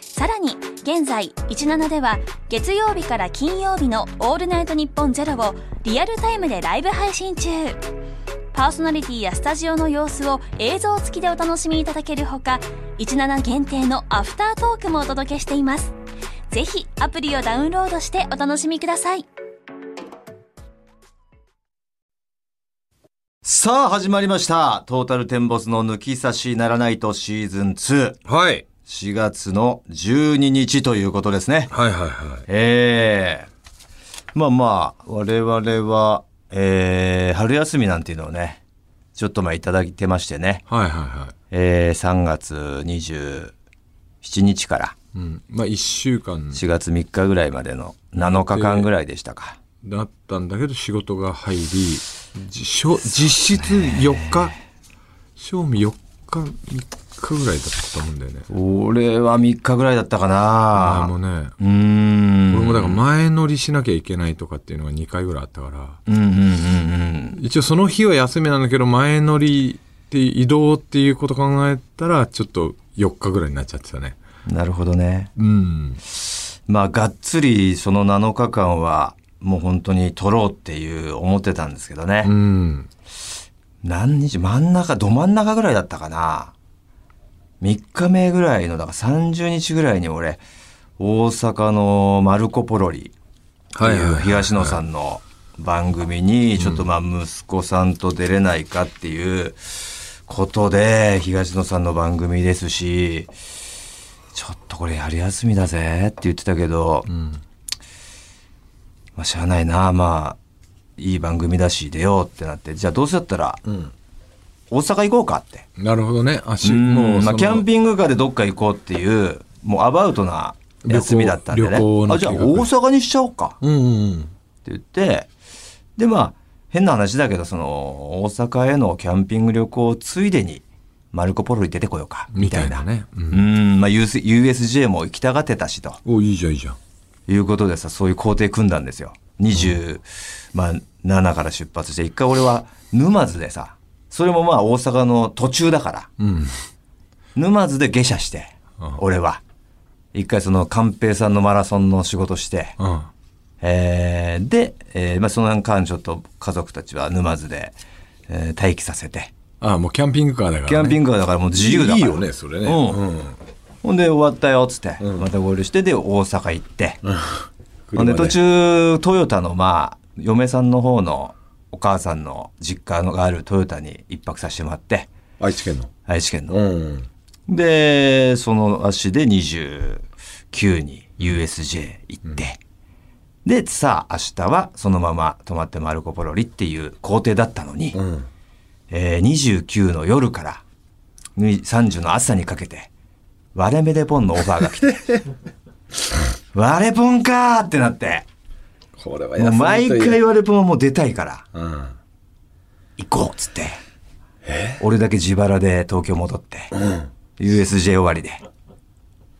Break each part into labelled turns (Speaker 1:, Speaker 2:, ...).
Speaker 1: さらに現在17では月曜日から金曜日の「オールナイトニッポンゼロをリアルタイムでライブ配信中パーソナリティやスタジオの様子を映像付きでお楽しみいただけるほか17限定のアフタートークもお届けしていますぜひアプリをダウンロードしてお楽しみください
Speaker 2: さあ、始まりました。トータルテンボスの抜き差しならないとシーズン2。
Speaker 3: はい。
Speaker 2: 4月の12日ということですね。
Speaker 3: はいはいはい。
Speaker 2: ええまあまあ、我々は、ええ春休みなんていうのをね、ちょっと前いただいてましてね、
Speaker 3: はいはいは
Speaker 2: ええ3月27日から
Speaker 3: い。うん。まあ一週間
Speaker 2: 4月3日ぐらいまでの7日間ぐらいでしたか。
Speaker 3: だったんだけど仕事が入り、じしょ実質4日、賞味4日、3日ぐらいだったと思うんだよね。
Speaker 2: 俺は3日ぐらいだったかな
Speaker 3: あもね、
Speaker 2: うーん。
Speaker 3: 俺もだから前乗りしなきゃいけないとかっていうのが2回ぐらいあったから、
Speaker 2: うんうんうん
Speaker 3: 一応その日は休みなんだけど、前乗りって移動っていうこと考えたら、ちょっと4日ぐらいになっちゃってたね。
Speaker 2: うん。なるほどね。
Speaker 3: うん。
Speaker 2: まあ、がっつりその7日間は、もう本当に取ろうっていう思ってたんですけどね。
Speaker 3: うん。
Speaker 2: 何日、真ん中、ど真ん中ぐらいだったかな。3日目ぐらいの、だから30日ぐらいに俺、大阪のマルコポロリって
Speaker 3: はいはいは
Speaker 2: い
Speaker 3: い
Speaker 2: う
Speaker 3: はい
Speaker 2: 東野さんの番組に、ちょっとまあ息子さんと出れないかっていうことで、東野さんの番組ですし、ちょっとこれやり休みだぜって言ってたけど、
Speaker 3: うん。
Speaker 2: まあ、しゃあないな、まあ、いい番組だし出ようってなって、じゃあどうせだったら、
Speaker 3: ん
Speaker 2: 大阪行こうかって。
Speaker 3: なるほどね。足、
Speaker 2: も
Speaker 3: も
Speaker 2: う
Speaker 3: う、
Speaker 2: まあ、キャン
Speaker 3: ピ
Speaker 2: ピングカーでどっか行こうっていうもうアバウトな休みだったんでね
Speaker 3: 旅行旅行の
Speaker 2: あじゃあ大
Speaker 3: 計画
Speaker 2: 阪にしちゃおうかっ
Speaker 3: うんうんうん。
Speaker 2: て言ってでまあ変な話だけどその大阪へのキャンピング旅行をついでにマルコ・ポロリ出てこようかみ
Speaker 3: み
Speaker 2: た
Speaker 3: た
Speaker 2: い
Speaker 3: い
Speaker 2: な
Speaker 3: なね。う。
Speaker 2: うんん、まあ、US USJ も行きたがってたしと
Speaker 3: お、いいじゃんいいじゃん。
Speaker 2: いうことでさそういう工程組んだんですよ27、まあ、7から出発して一回俺は沼津でさそれもまあ大阪の途中だから
Speaker 3: うん。
Speaker 2: 沼津で下車して
Speaker 3: うん、
Speaker 2: 俺は。一回その寛平さんのマラソンの仕事して、
Speaker 3: うん。
Speaker 2: えーで、えーまあ、その間ちょっと家族たちは沼津で、えー待機させて。
Speaker 3: あもうキャンピングカーだから、ね。
Speaker 2: キャンピングカーだからもう自由だから。
Speaker 3: いいよね、それね。
Speaker 2: うん
Speaker 3: うん。
Speaker 2: ほんで終わったよっつって、また合流してで大阪行って。ほんで
Speaker 3: 車
Speaker 2: 途中トヨタのまあ嫁さんの方のお母さんの実家のがあるトヨタに一泊させてもらって
Speaker 3: 愛知県の。
Speaker 2: 愛知県の
Speaker 3: うん。
Speaker 2: で、その足で29に USJ 行って、で、さあ明日はそのまま泊まってマルコポロリっていう工程だったのに、
Speaker 3: うん。
Speaker 2: えー29の夜からに30の朝にかけて、割れ目でポンのオファーが 来て、割れポンかーってなって、
Speaker 3: これ
Speaker 2: も
Speaker 3: は
Speaker 2: う
Speaker 3: 休みとい
Speaker 2: 毎
Speaker 3: え
Speaker 2: 回割れポンはもう出たいから、
Speaker 3: うん。
Speaker 2: 行こうっつって、俺だけ自腹で東京戻って、USJ 終わりで、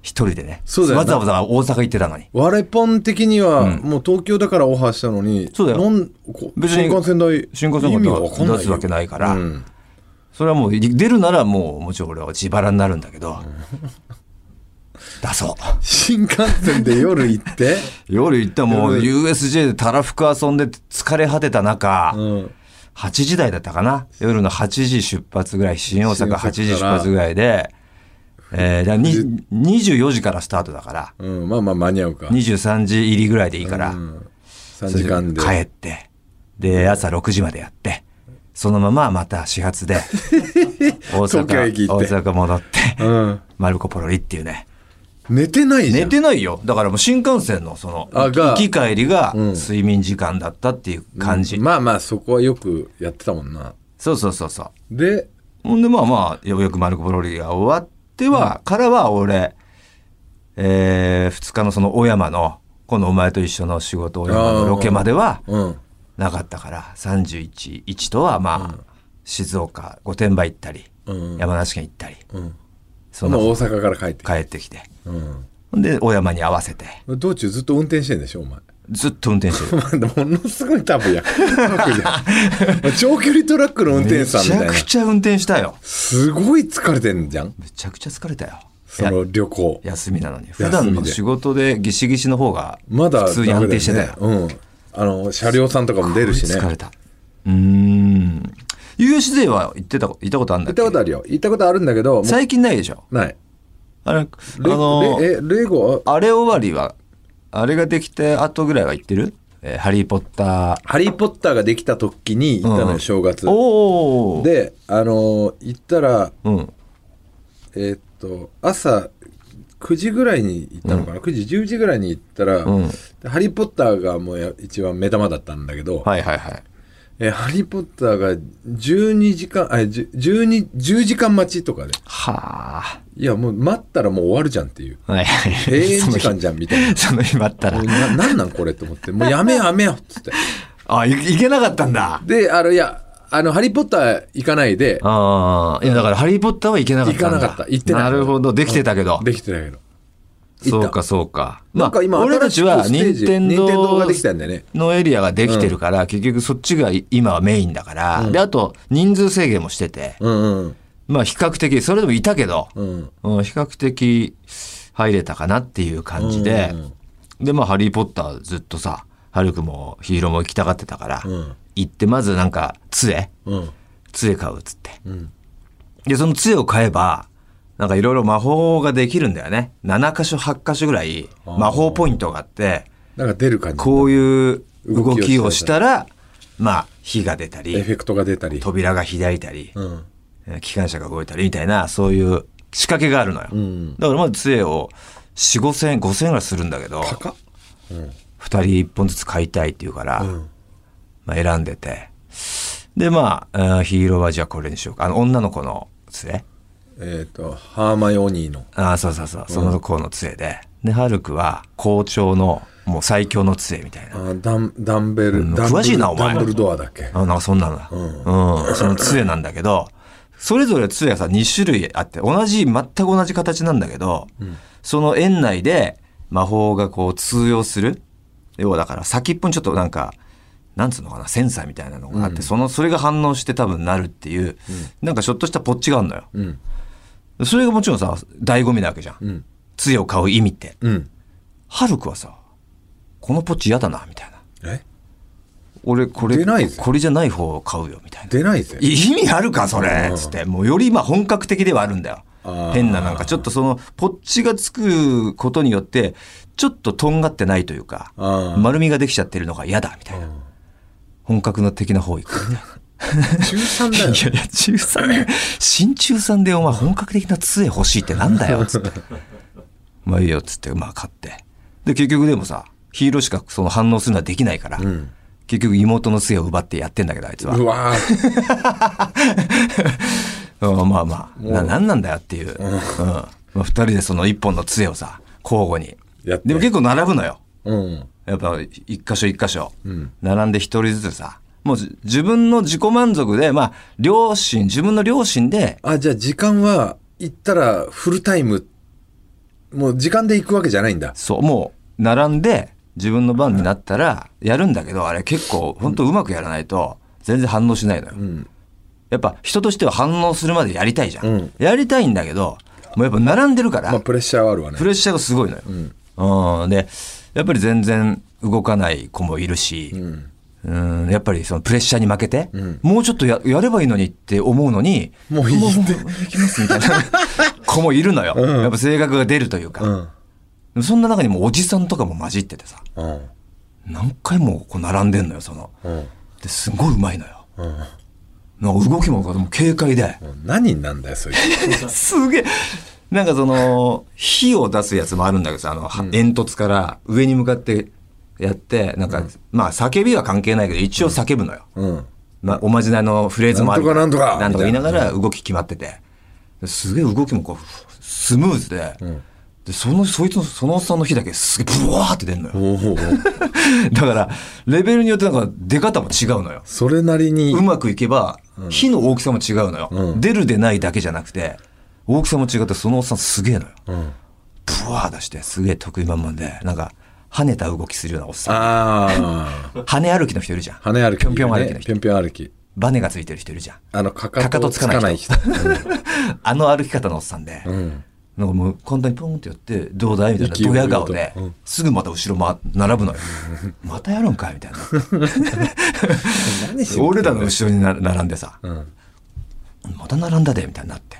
Speaker 2: 一人でね
Speaker 3: そうだよな
Speaker 2: わざわざ大阪行ってたのに。
Speaker 3: 割れポン的には、もう東京だからオファーしたのに、
Speaker 2: そうだよ
Speaker 3: なんこ
Speaker 2: 別に
Speaker 3: 新幹線代、
Speaker 2: 新幹線
Speaker 3: 意味
Speaker 2: 代
Speaker 3: がわかんないよ
Speaker 2: 出すわけないから
Speaker 3: うん
Speaker 2: それはもう、い出るならもう、もちろん俺は自腹になるんだけど、出そう。
Speaker 3: 新幹線で夜行 って、
Speaker 2: 夜行ったらもう
Speaker 3: 夜
Speaker 2: USJ でたらふく遊んで疲れ果てた中、
Speaker 3: うん。
Speaker 2: 8時台だったかな夜の8時出発ぐらい、新大阪8時出
Speaker 3: 新大阪から
Speaker 2: 発ぐらいで、えー、だからに24時からスタートだから、
Speaker 3: うん、まあまあ間に合うか。
Speaker 2: 23時入りぐらいでいいから、
Speaker 3: うん、3時間で。
Speaker 2: それ帰ってで朝6時までやってそのまままた始 発で大
Speaker 3: 東京
Speaker 2: 阪
Speaker 3: 駅行
Speaker 2: 大
Speaker 3: って
Speaker 2: 阪戻って
Speaker 3: うん。
Speaker 2: マルコ・ポロリっていうね
Speaker 3: 寝てないじゃ
Speaker 2: 寝
Speaker 3: ん。
Speaker 2: てないよだからもう新幹線のその
Speaker 3: あが
Speaker 2: 行き帰りが
Speaker 3: うん
Speaker 2: 睡眠時間だったっていう感じ、
Speaker 3: まあまあ、そこはよくやってたもんな。
Speaker 2: そうそうそうそう
Speaker 3: で、
Speaker 2: ほんでまあまあようやくマルコ・ポロリが終わっては、からは俺、え2日のその小山のこのお前と一緒の仕事を今のロケまでは
Speaker 3: うん。
Speaker 2: なかったから311とはまあ、静岡御殿場行ったり、
Speaker 3: うん
Speaker 2: 山梨県行ったり
Speaker 3: うん。
Speaker 2: そ
Speaker 3: まあ
Speaker 2: の
Speaker 3: 大阪から帰ってき
Speaker 2: 帰
Speaker 3: て。
Speaker 2: ってきて
Speaker 3: う
Speaker 2: ほんで小山に合わせて
Speaker 3: ん。道中ずっと運転してんでしょ、お前。
Speaker 2: ずっと運転してる
Speaker 3: ものすごいタフやん。タ フじゃん。長距離トラックの運転手
Speaker 2: め
Speaker 3: さんみ
Speaker 2: ち
Speaker 3: たい
Speaker 2: ゃ
Speaker 3: な
Speaker 2: く。ちゃ運転したよ
Speaker 3: すごい疲れてんじゃん。
Speaker 2: めちゃくちゃ疲れたよ
Speaker 3: その旅行。
Speaker 2: や休みなのに
Speaker 3: 休
Speaker 2: 普
Speaker 3: みで
Speaker 2: 段の仕事でギシギシの方が
Speaker 3: まだ
Speaker 2: 普通に安定してたよ、
Speaker 3: ダメだねうん。あの、車両さんとかも出るしね。
Speaker 2: 疲れたうーん USJ は行ってた行ったことあるんだ
Speaker 3: 行っ
Speaker 2: っけ
Speaker 3: たことあるよ。行ったことあるんだけど、も
Speaker 2: 最近ないでしょ
Speaker 3: うない。
Speaker 2: あれあ
Speaker 3: レ
Speaker 2: の
Speaker 3: レえ、レゴ
Speaker 2: あれ終わりはあれができて後ぐらいは行ってる、えーハリー・ポッター
Speaker 3: ハリー・ポッターができた時に行ったの
Speaker 2: う
Speaker 3: よ、
Speaker 2: ん
Speaker 3: 正月。
Speaker 2: おお
Speaker 3: で、あのー、行ったら、
Speaker 2: うん
Speaker 3: えーっと、朝9時ぐらいに行ったのかな、9時、10時ぐらいに行ったら、
Speaker 2: うん
Speaker 3: でハリー・ポッターがもうや一番目玉だったんだけど、
Speaker 2: はいはいはい
Speaker 3: えーハリー・ポッターが12時間、あ、10 12、10時間待ちとかで、
Speaker 2: はあ
Speaker 3: いや、もう待ったらもう終わるじゃんっていう。
Speaker 2: はいはい。
Speaker 3: 永遠時間じゃんみたい な
Speaker 2: その日待ったら
Speaker 3: もう ななんなんこれと思って、もうやめよやめよっつって。
Speaker 2: あい行けなかったんだ
Speaker 3: で、あの、いや、あの、ハリー・ポッター行かないで、
Speaker 2: ああいやだから「ハリー・ポッター」は行けなかったんだ
Speaker 3: 行かなかった行ってない
Speaker 2: るほどできてたけど、
Speaker 3: できてないけど。行
Speaker 2: そ
Speaker 3: っ
Speaker 2: う
Speaker 3: た
Speaker 2: かそうか
Speaker 3: なんか今、
Speaker 2: 俺たちは
Speaker 3: 新
Speaker 2: 任
Speaker 3: しくステー
Speaker 2: 天
Speaker 3: ジ任天堂
Speaker 2: 堂
Speaker 3: ができたんだよね。
Speaker 2: のエリアができてるから、結局そっちがい今はメインだから、であと人数制限もしてて、
Speaker 3: うんうん。
Speaker 2: まあ比較的それでもいたけど、
Speaker 3: うん。
Speaker 2: うん比較的入れたかなっていう感じで、でまあ「ハリー・ポッター」ずっとさハルクもヒーローも行きたがってたから、
Speaker 3: ん
Speaker 2: 行ってまずなんか杖
Speaker 3: うん。
Speaker 2: 杖買うっつって、でその杖を買えばなんかいろいろ魔法ができるんだよね7箇所8箇所ぐらい魔法ポイントがあって
Speaker 3: なんか出る感じ。
Speaker 2: こういう動きを
Speaker 3: 動きを
Speaker 2: し
Speaker 3: した
Speaker 2: らまあ火が出た
Speaker 3: エフ
Speaker 2: り
Speaker 3: ェクトが出たり。
Speaker 2: 扉が開いたり、
Speaker 3: うん。
Speaker 2: えー機関車が動いたりみたいなそういう仕掛けがあるのよ、
Speaker 3: ん
Speaker 2: だからまず杖を4 5千円5千円ぐらいするんだけど
Speaker 3: 高っ。うん。
Speaker 2: 2人1本ずつ買いたいっていうから、
Speaker 3: ん
Speaker 2: まあ、選んでてでまああーヒーローはじゃあこれにしようかあの女の子の杖
Speaker 3: えっと、ハーマヨニーの。
Speaker 2: ああそうそうそうその子の杖で、でハルクは校長のもう最強の杖みたいな、
Speaker 3: あダン、ダンベル、
Speaker 2: ん
Speaker 3: ダンブル
Speaker 2: 詳しいなお前
Speaker 3: ダンブルドアだっけ。
Speaker 2: あなんかそんなのだ、うんその杖なんだけどそれぞれ杖がさ2種類あって同じ全く同じ形なんだけど、その園内で魔法がこう通用する要はだから先っぽにちょっとなんかなんつうのかなセンサーみたいなのがあって、そのそれが反応して多分なるっていう、なんかちょっとしたポッチがあるのよ、
Speaker 3: うん。
Speaker 2: それがもちろんさ醍醐味なわけじゃん、
Speaker 3: うん。
Speaker 2: 杖を買う意味って
Speaker 3: うん。
Speaker 2: ハルクはさこのポッチ嫌だなみたいな
Speaker 3: え
Speaker 2: 俺これ
Speaker 3: 出ないぜ
Speaker 2: これじゃない方を買うよみたいな
Speaker 3: 出ないぜ。
Speaker 2: 意味あるかそれ
Speaker 3: うん
Speaker 2: つってもうよりまあ本格的ではあるんだよ
Speaker 3: あー
Speaker 2: 変ななんかちょっとそのポッチがつくことによってちょっととんがってないというか
Speaker 3: あー
Speaker 2: 丸みができちゃってるのが嫌だみたいな本格の的な方行くみたいな
Speaker 3: 中3だ
Speaker 2: い
Speaker 3: よ。
Speaker 2: やいや中3で新中3でお前本格的な杖欲しいってなんだよつってまあいいよつってまあ買ってで結局でもさヒーローしかその反応するのはできないから、
Speaker 3: ん
Speaker 2: 結局妹の杖を奪ってやってんだけどあいつは
Speaker 3: うわ ー
Speaker 2: うん、まあまあ、な、なんなんだよっていう。うん。まあ、二人でその一本の杖をさ、交互に。
Speaker 3: やって
Speaker 2: でも結構並ぶのよ。
Speaker 3: うん。
Speaker 2: やっぱ、一箇所一箇所。
Speaker 3: ん
Speaker 2: 並んで一人ずつさ。もうじ自分の自己満足で、まあ、両親、自分の両親で、
Speaker 3: あ、じゃあ時間は、行ったらフルタイム、もう時間で行くわけじゃないんだ。
Speaker 2: そう、もう、並んで、自分の番になったら、やるんだけど、あれ結構、本当うまくやらないと、全然反応しないのよ。
Speaker 3: うん。
Speaker 2: やっぱ、人としては反応するまでやりたいじゃん。
Speaker 3: うん
Speaker 2: やりたいんだけど、もうやっぱ並んでるから、
Speaker 3: まあプレッシャーはあるわね
Speaker 2: プ。レッシャーがすごいのよ。うんでやっぱり全然動かない子もいるし、うん、やっぱりそのプレッシャーに負けて、もうちょっとややればいいのにって思うのに
Speaker 3: もういいって
Speaker 2: もうもうできますみたいな子もいるのよ、やっぱ性格が出るという
Speaker 3: う
Speaker 2: か、
Speaker 3: ん。
Speaker 2: そんな中にもうおじさんとかも混じっててさ
Speaker 3: うん。
Speaker 2: 何回もこう並んでんのよその
Speaker 3: うん。
Speaker 2: ですごい上手いのよ
Speaker 3: うん。
Speaker 2: なんか動きももう軽快で
Speaker 3: もう何なんだよ、それ。
Speaker 2: すげえ。なんかその、火を出すやつもあるんだけどさ、あの、は煙突から上に向かってやって、なんか、まあ叫びは関係ないけど、一応叫ぶのよ。
Speaker 3: うん。
Speaker 2: まあ、おまじないのフレーズもある
Speaker 3: なんとかなんとか
Speaker 2: なんとか言いながら動き決まってて。すげえ動きもこう、スムーズで、で、その、そいつの、そのおっさんの日だけすげえブワーって出んのよ。
Speaker 3: おお
Speaker 2: だから、レベルによってなんか出方も違うのよ。
Speaker 3: それなりに
Speaker 2: うまくいけば、火の大きさも違うのよ。
Speaker 3: うん
Speaker 2: 出る出ないだけじゃなくて、大きさも違って、そのおっさんすげえのよ。
Speaker 3: うん
Speaker 2: ブワー出して、すげえ得意満々で、なんか、跳ねた動きするようなおっさん。
Speaker 3: ああ
Speaker 2: 跳ね歩きの人いるじゃん。
Speaker 3: 跳ね歩き
Speaker 2: ぴょんぴょん歩きの
Speaker 3: ねぴ
Speaker 2: 人
Speaker 3: ょ。んぴょん歩き
Speaker 2: バネがついてる人いるじゃん。
Speaker 3: あのか
Speaker 2: か
Speaker 3: か
Speaker 2: か
Speaker 3: と
Speaker 2: と
Speaker 3: つ
Speaker 2: つ
Speaker 3: か
Speaker 2: か
Speaker 3: な
Speaker 2: ないい
Speaker 3: 人
Speaker 2: 人 あの歩き方のおっさんで、
Speaker 3: うん
Speaker 2: なんかもう簡単にポンってやって、どうだいみたいな、
Speaker 3: 勢いよ
Speaker 2: ド
Speaker 3: く
Speaker 2: ヤ顔で
Speaker 3: うん、
Speaker 2: すぐまた後ろ、ま、並ぶのよ。またやるんかいみたいな。
Speaker 3: 何し
Speaker 2: 俺らの後ろにな並んでさ、
Speaker 3: うん
Speaker 2: また並んだで、みたいになって。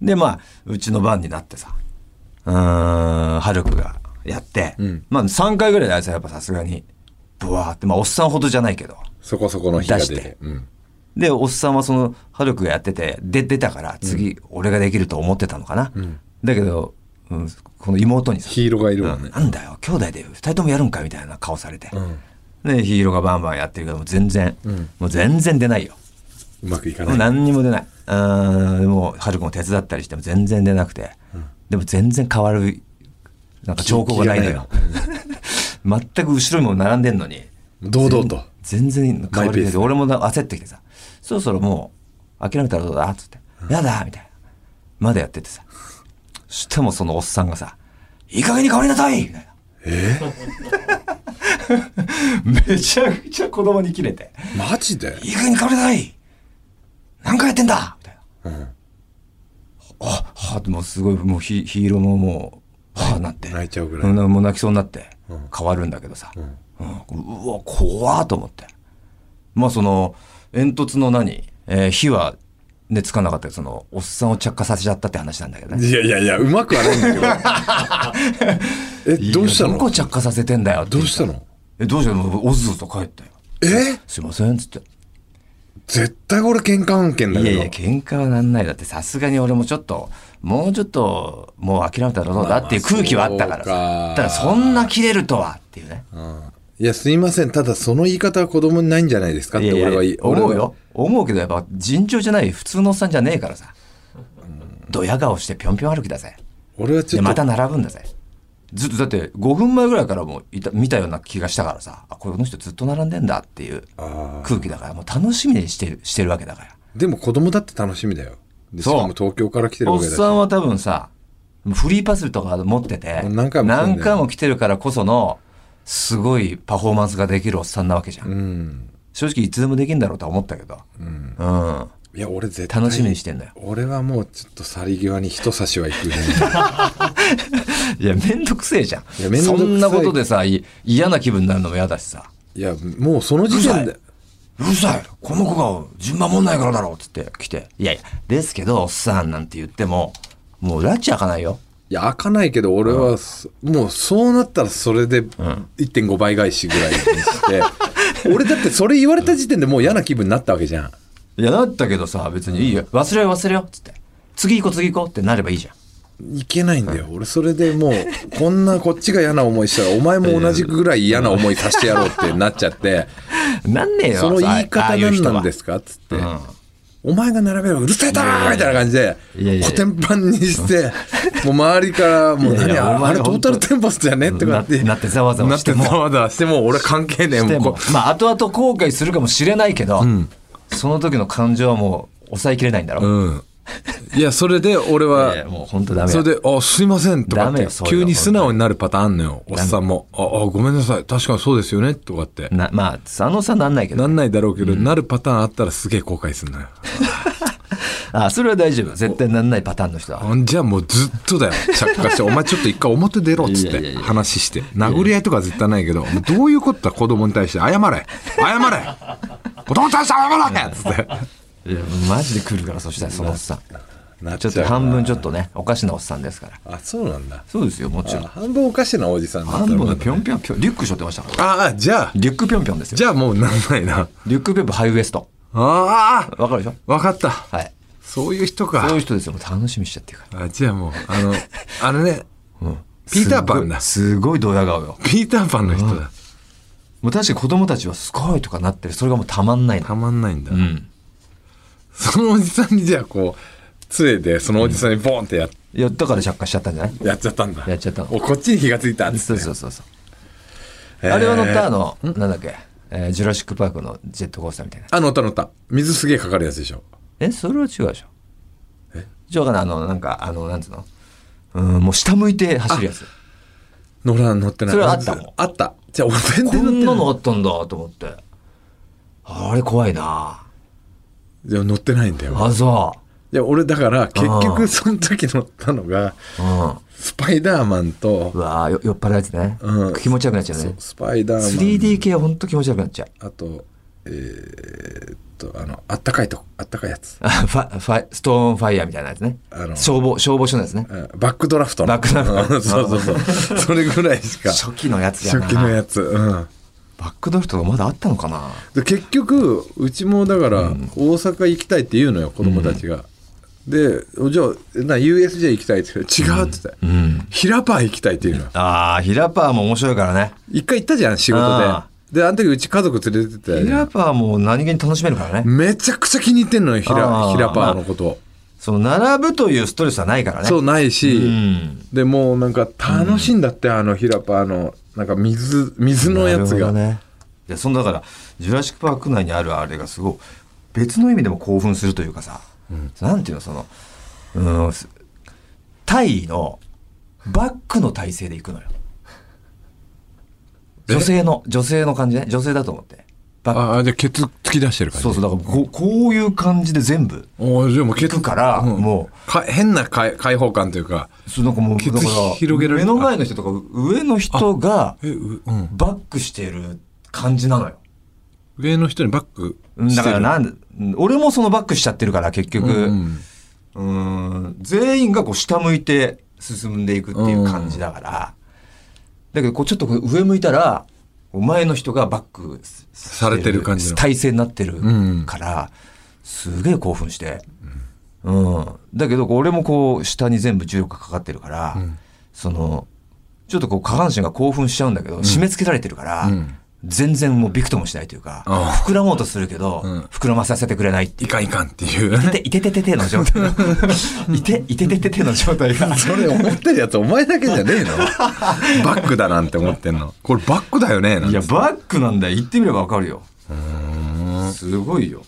Speaker 2: で、まあ、うちの番になってさ、うーん、ハルクがやって、
Speaker 3: うん
Speaker 2: まあ3回ぐらいであいつはやっぱさすがに、ブワーって、まあおっさんほどじゃないけど、
Speaker 3: そこそこの火が出
Speaker 2: 出してて
Speaker 3: うん
Speaker 2: で、おっさんはその、ハルクがやってて、で、出たから、次、俺ができると思ってたのかな。だけど、うん、この妹にさ、
Speaker 3: ヒーローがいるもんね
Speaker 2: なんだよ、兄弟で二人ともやるんかみたいな顔されて。
Speaker 3: うん
Speaker 2: で、ヒーローがバンバンやってるけど、もう全然、
Speaker 3: ん
Speaker 2: もう全然出ないよ。
Speaker 3: うまくいか
Speaker 2: もう
Speaker 3: ない
Speaker 2: 何にも出ない。うん、でも、ハルクも手伝ったりしても全然出なくて、でも全然変わる、なんか兆候がないのよ。 全く後ろにも並んでんのに。
Speaker 3: 堂々と
Speaker 2: 全然変わ
Speaker 3: マイペ
Speaker 2: り
Speaker 3: ー
Speaker 2: な
Speaker 3: ス
Speaker 2: い
Speaker 3: で
Speaker 2: で俺もな焦ってきてさそろそろもう諦めたらどうだっつって「やだ」みたいなまだやっててさそしてもそのおっさんがさ「いい加減に変わりなさい!」みたいな
Speaker 3: え
Speaker 2: めちゃくちゃ子供にキレて
Speaker 3: マジで
Speaker 2: 「いい加減に変わりなさい何回やってんだ!」みたいな
Speaker 3: うん
Speaker 2: あはあもうすごいもうヒヒーローももうはあなって
Speaker 3: 泣いちゃうぐらい
Speaker 2: んもう泣きそうになって
Speaker 3: うん
Speaker 2: 変わるんだけどさ、う
Speaker 3: うん
Speaker 2: んうわ怖ーと思ってまあその煙突の何、えー火はねつかなかったけどそのおっさんを着火させちゃったって話なんだけどね
Speaker 3: いやいやいやうまくはないんだけど えどうした
Speaker 2: い
Speaker 3: の
Speaker 2: やどこ着火させてんだよって
Speaker 3: ど
Speaker 2: 言
Speaker 3: う
Speaker 2: っ
Speaker 3: したの
Speaker 2: えどうしたのおずおずと帰ったよ
Speaker 3: え
Speaker 2: すいませんっつって
Speaker 3: 絶対俺喧嘩案件だ
Speaker 2: いやい
Speaker 3: けど
Speaker 2: や喧嘩はなんないだってさすがに俺もちょっともうちょっともう諦めたらどうだっていう空気はあったからさ、
Speaker 3: まあまあそうか
Speaker 2: ただそんな切れるとはっていうね
Speaker 3: うんいやすいませんただその言い方は子供にないんじゃないですかっ
Speaker 2: い
Speaker 3: て
Speaker 2: やいや
Speaker 3: 俺は言い俺は
Speaker 2: 思うよ思うけどやっぱ尋常じゃない普通のおっさんじゃねえからさ、ドヤ顔してぴょんぴょん歩きだぜ
Speaker 3: 俺はち
Speaker 2: で
Speaker 3: ょっ
Speaker 2: また
Speaker 3: と
Speaker 2: 並ぶんだぜずっとだって5分前ぐらいからもういた見たような気がしたからさあこの人ずっと並んでんだっていう
Speaker 3: あー
Speaker 2: 空気だからもう楽しみにしてるしてるわけだから
Speaker 3: でも子供だって楽しみだよでしか
Speaker 2: そう
Speaker 3: も東京から来てる
Speaker 2: お
Speaker 3: わ
Speaker 2: っ
Speaker 3: けだし
Speaker 2: さんは多分さフリーパスとか持ってて
Speaker 3: 何回も来てんだよ
Speaker 2: 何回も来てるからこそのすごいパフォーマンスができるおっさんなわけじゃん、
Speaker 3: うん
Speaker 2: 正直いつでもできんだろうとは思ったけど、
Speaker 3: うん
Speaker 2: うん、
Speaker 3: いや俺絶対
Speaker 2: 楽しみにしてんだよ
Speaker 3: 俺はもうちょっと去り際に人差しは行くね
Speaker 2: いや、めんどくせえじゃん。
Speaker 3: いやめんどくさい
Speaker 2: そんなことでさ、い嫌な気分になるのも嫌だしさ。
Speaker 3: いやもうその時点で
Speaker 2: うるさいこの子が順番もんないからだろうっつって来て。いやいや、ですけど、おっさんなんて言っても、もう拉致開かないよ。
Speaker 3: いや開かないけど俺はそ、もうそうなったらそれで1.5倍返しぐらいにして、 俺だってそれ言われた時点でもう嫌な気分になったわけじゃん
Speaker 2: いや、なったけどさ、別にいいよ。忘れよう忘れようっつって。次行こう次行こうってなればいいじゃん。
Speaker 3: いけないんだよ、俺それでもうこんなこっちが嫌な思いしたらお前も同じぐらい嫌な思いさせてやろうってなっちゃって
Speaker 2: なんねえよ。
Speaker 3: その
Speaker 2: さあ
Speaker 3: 言い
Speaker 2: ああ
Speaker 3: 方
Speaker 2: いう
Speaker 3: 何
Speaker 2: 人は
Speaker 3: なんですかっつって、
Speaker 2: ん
Speaker 3: お前が並べろうるせえだーみたいな感じで
Speaker 2: いやいや
Speaker 3: コテンパンにしてもう周りからもう
Speaker 2: いやい
Speaker 3: 何
Speaker 2: やお前
Speaker 3: あ
Speaker 2: は
Speaker 3: あれトータルテンパスじゃねとかって
Speaker 2: ななってざわざわしても
Speaker 3: なってざわざわしても俺関係ねえ
Speaker 2: で
Speaker 3: もう
Speaker 2: も
Speaker 3: こ、
Speaker 2: まあ、後々後悔するかもしれないけど、その時の感情はもう抑えきれないんだろ。
Speaker 3: うんいやそれで俺
Speaker 2: いや
Speaker 3: は
Speaker 2: もう本当ダメだ
Speaker 3: それで「あすいません」とかっ
Speaker 2: ダメ
Speaker 3: て
Speaker 2: よそういうの
Speaker 3: 急に素直になるパターンあんのよおっさんも「ああごめんなさい確かにそうですよね」とかって
Speaker 2: なまあ、佐野さんなんないけど。
Speaker 3: なんないだろうけどなるパターンあったらすげえ後悔するのよ
Speaker 2: あ、それは大丈夫。絶対なんないパターンの人は。
Speaker 3: あじゃあもうずっと だよ着火してお前ちょっと一回表出ろっつっ
Speaker 2: いやいや
Speaker 3: て
Speaker 2: いや
Speaker 3: 話して殴り合いとかは絶対ないけどどういうことだ子供に対して謝れ謝れ子供に対して謝らねっつって
Speaker 2: いやマジで来るから、そしたらそのおっさん。
Speaker 3: な っ
Speaker 2: ちょっと半分ちょっとね、おかしなおっさんですから。
Speaker 3: あそうなんだ
Speaker 2: そうですよ、もちろん。
Speaker 3: 半分おかしなおじさんだったら
Speaker 2: 半分のぴょんぴょんぴょん、リュックしょってましたから。
Speaker 3: ああじゃあ
Speaker 2: リュックぴょんぴょんですよ。
Speaker 3: じゃあもうなんないな
Speaker 2: リュックぴょんぴょんハイウエスト。
Speaker 3: ああ
Speaker 2: わかるでしょ
Speaker 3: 分かった、
Speaker 2: はい。
Speaker 3: そういう人か
Speaker 2: そういう人ですよ。もう楽しみにしちゃってるか
Speaker 3: あじゃあもうあのあのね
Speaker 2: ら。うん。
Speaker 3: ピーターパンだ
Speaker 2: すごいすごいドヤ顔よ。
Speaker 3: ピーターパンの人だ
Speaker 2: もう確かに子供たちはすごいとかなってる。それがもうたまんないの。
Speaker 3: たまんないんだ、
Speaker 2: うん。
Speaker 3: そのおじさんにじゃあこう杖でそのおじさんにボンってやっ
Speaker 2: やったから着火しちゃったんじゃない
Speaker 3: やっちゃったんだ
Speaker 2: やっちゃったの
Speaker 3: おこっちに火がついたんです
Speaker 2: そう
Speaker 3: ね
Speaker 2: そうそうそう。
Speaker 3: へー
Speaker 2: あれは乗ったあの、なんだっけ、えージュラシック・パークのジェットコースターみたいな。
Speaker 3: あ乗った乗った水すげえかかるやつでしょ
Speaker 2: え、それは違うでしょ。違うかなあの、なんか、あの、なんつうのうん、もう下向いて走るやつ。
Speaker 3: 乗らん乗ってない
Speaker 2: それはあったの
Speaker 3: あったじゃあ俺全
Speaker 2: こ
Speaker 3: 然乗
Speaker 2: ん
Speaker 3: ってな
Speaker 2: ないのあったんだと思って。あれ怖いな
Speaker 3: じゃあ乗ってないんだよ
Speaker 2: あ、そ
Speaker 3: いや俺だから結局その時乗ったのが
Speaker 2: う。うん。
Speaker 3: スパイダーマンと
Speaker 2: うわーよ酔っ払うやつね、
Speaker 3: うん
Speaker 2: 気持ち悪くなっちゃう
Speaker 3: そう
Speaker 2: ね。
Speaker 3: スパイダーマン
Speaker 2: 3D 系はほんと気持ち悪くなっちゃう。
Speaker 3: あとえーっとあのあったかいとこあったかいやつ
Speaker 2: あファファイストーンファイヤーみたいなやつね
Speaker 3: あ。の
Speaker 2: 消防、消防署のやつね。
Speaker 3: うんバックドラフトの
Speaker 2: バックドラフト
Speaker 3: うんそうそうそうそれぐらいしか
Speaker 2: 初期のやつやな。
Speaker 3: 初期のやつうん
Speaker 2: バックドリフトがまだあったのかな
Speaker 3: で結局うちもだから大阪行きたいって言うのよ子供たちが、でじゃあな USJ 行きたいって言ったら違うって言って、
Speaker 2: ん
Speaker 3: 平パー行きたいって言うのよ
Speaker 2: ああ、ヒラパーも面白いからね。
Speaker 3: 一回行ったじゃん仕事で
Speaker 2: あ
Speaker 3: であの時うち家族連れてった
Speaker 2: ヒ
Speaker 3: よ
Speaker 2: ラパーも何気に楽しめるからね。
Speaker 3: めちゃくちゃ気に入ってんのよ平
Speaker 2: あー
Speaker 3: 平パーのこと、
Speaker 2: その、並ぶというストレスはないからね。
Speaker 3: そうないし、
Speaker 2: うん。
Speaker 3: でもうなんか楽しいんだって、あの平パーのなんか水水のや
Speaker 2: な
Speaker 3: つ
Speaker 2: るほど
Speaker 3: が、
Speaker 2: ね。いや、そのだから、ジュラシック・パーク内にあるあれがすごい、別の意味でも興奮するというかさ、なんていうの、その、うん、すタイの、バックの体勢で行くのよ。女性の、女性の感じね。女性だと思って。バッ
Speaker 3: ああじゃあケツ突き出してる
Speaker 2: ク。
Speaker 3: 感
Speaker 2: そ
Speaker 3: じ
Speaker 2: うそう、だからこう、こういう感じで全部。
Speaker 3: おーでもケツ
Speaker 2: 行くからも
Speaker 3: うか変な解開放感というか
Speaker 2: そうなんかもう
Speaker 3: ケツ
Speaker 2: だから
Speaker 3: 広げられ
Speaker 2: 目
Speaker 3: る
Speaker 2: の前の人とか上の人が
Speaker 3: えううん
Speaker 2: バックしてる感じなのよ。
Speaker 3: 上の人にバック
Speaker 2: だからなんうん俺もそのバックしちゃってるから結局、
Speaker 3: う
Speaker 2: うんん全員がこう下向いて進んでいくっていう感じだから、だけどこうちょっとこう上向いたらこう前の人がバックす
Speaker 3: されてる感じの
Speaker 2: 体勢になってる
Speaker 3: うん
Speaker 2: から、すげえ興奮して、うんだけどこう俺もこう下に全部重力がかかってるから、そのちょっとこう下半身が興奮しちゃうんだけど、締め付けられてるから、
Speaker 3: ん
Speaker 2: 全然もうびくともしないというか、
Speaker 3: あ
Speaker 2: 膨らもうとするけど、
Speaker 3: ん
Speaker 2: 膨らまさせてくれないってい。
Speaker 3: いうかんいかんっていう
Speaker 2: いててててての状 態。いて、いてててての状態が。
Speaker 3: それ思ってるやつお前だけじゃ ねえのバックだなんて思ってんのこれバックだよねなん
Speaker 2: い
Speaker 3: て
Speaker 2: や、バックなんだよ。行ってみればわかるよ。すごいよ。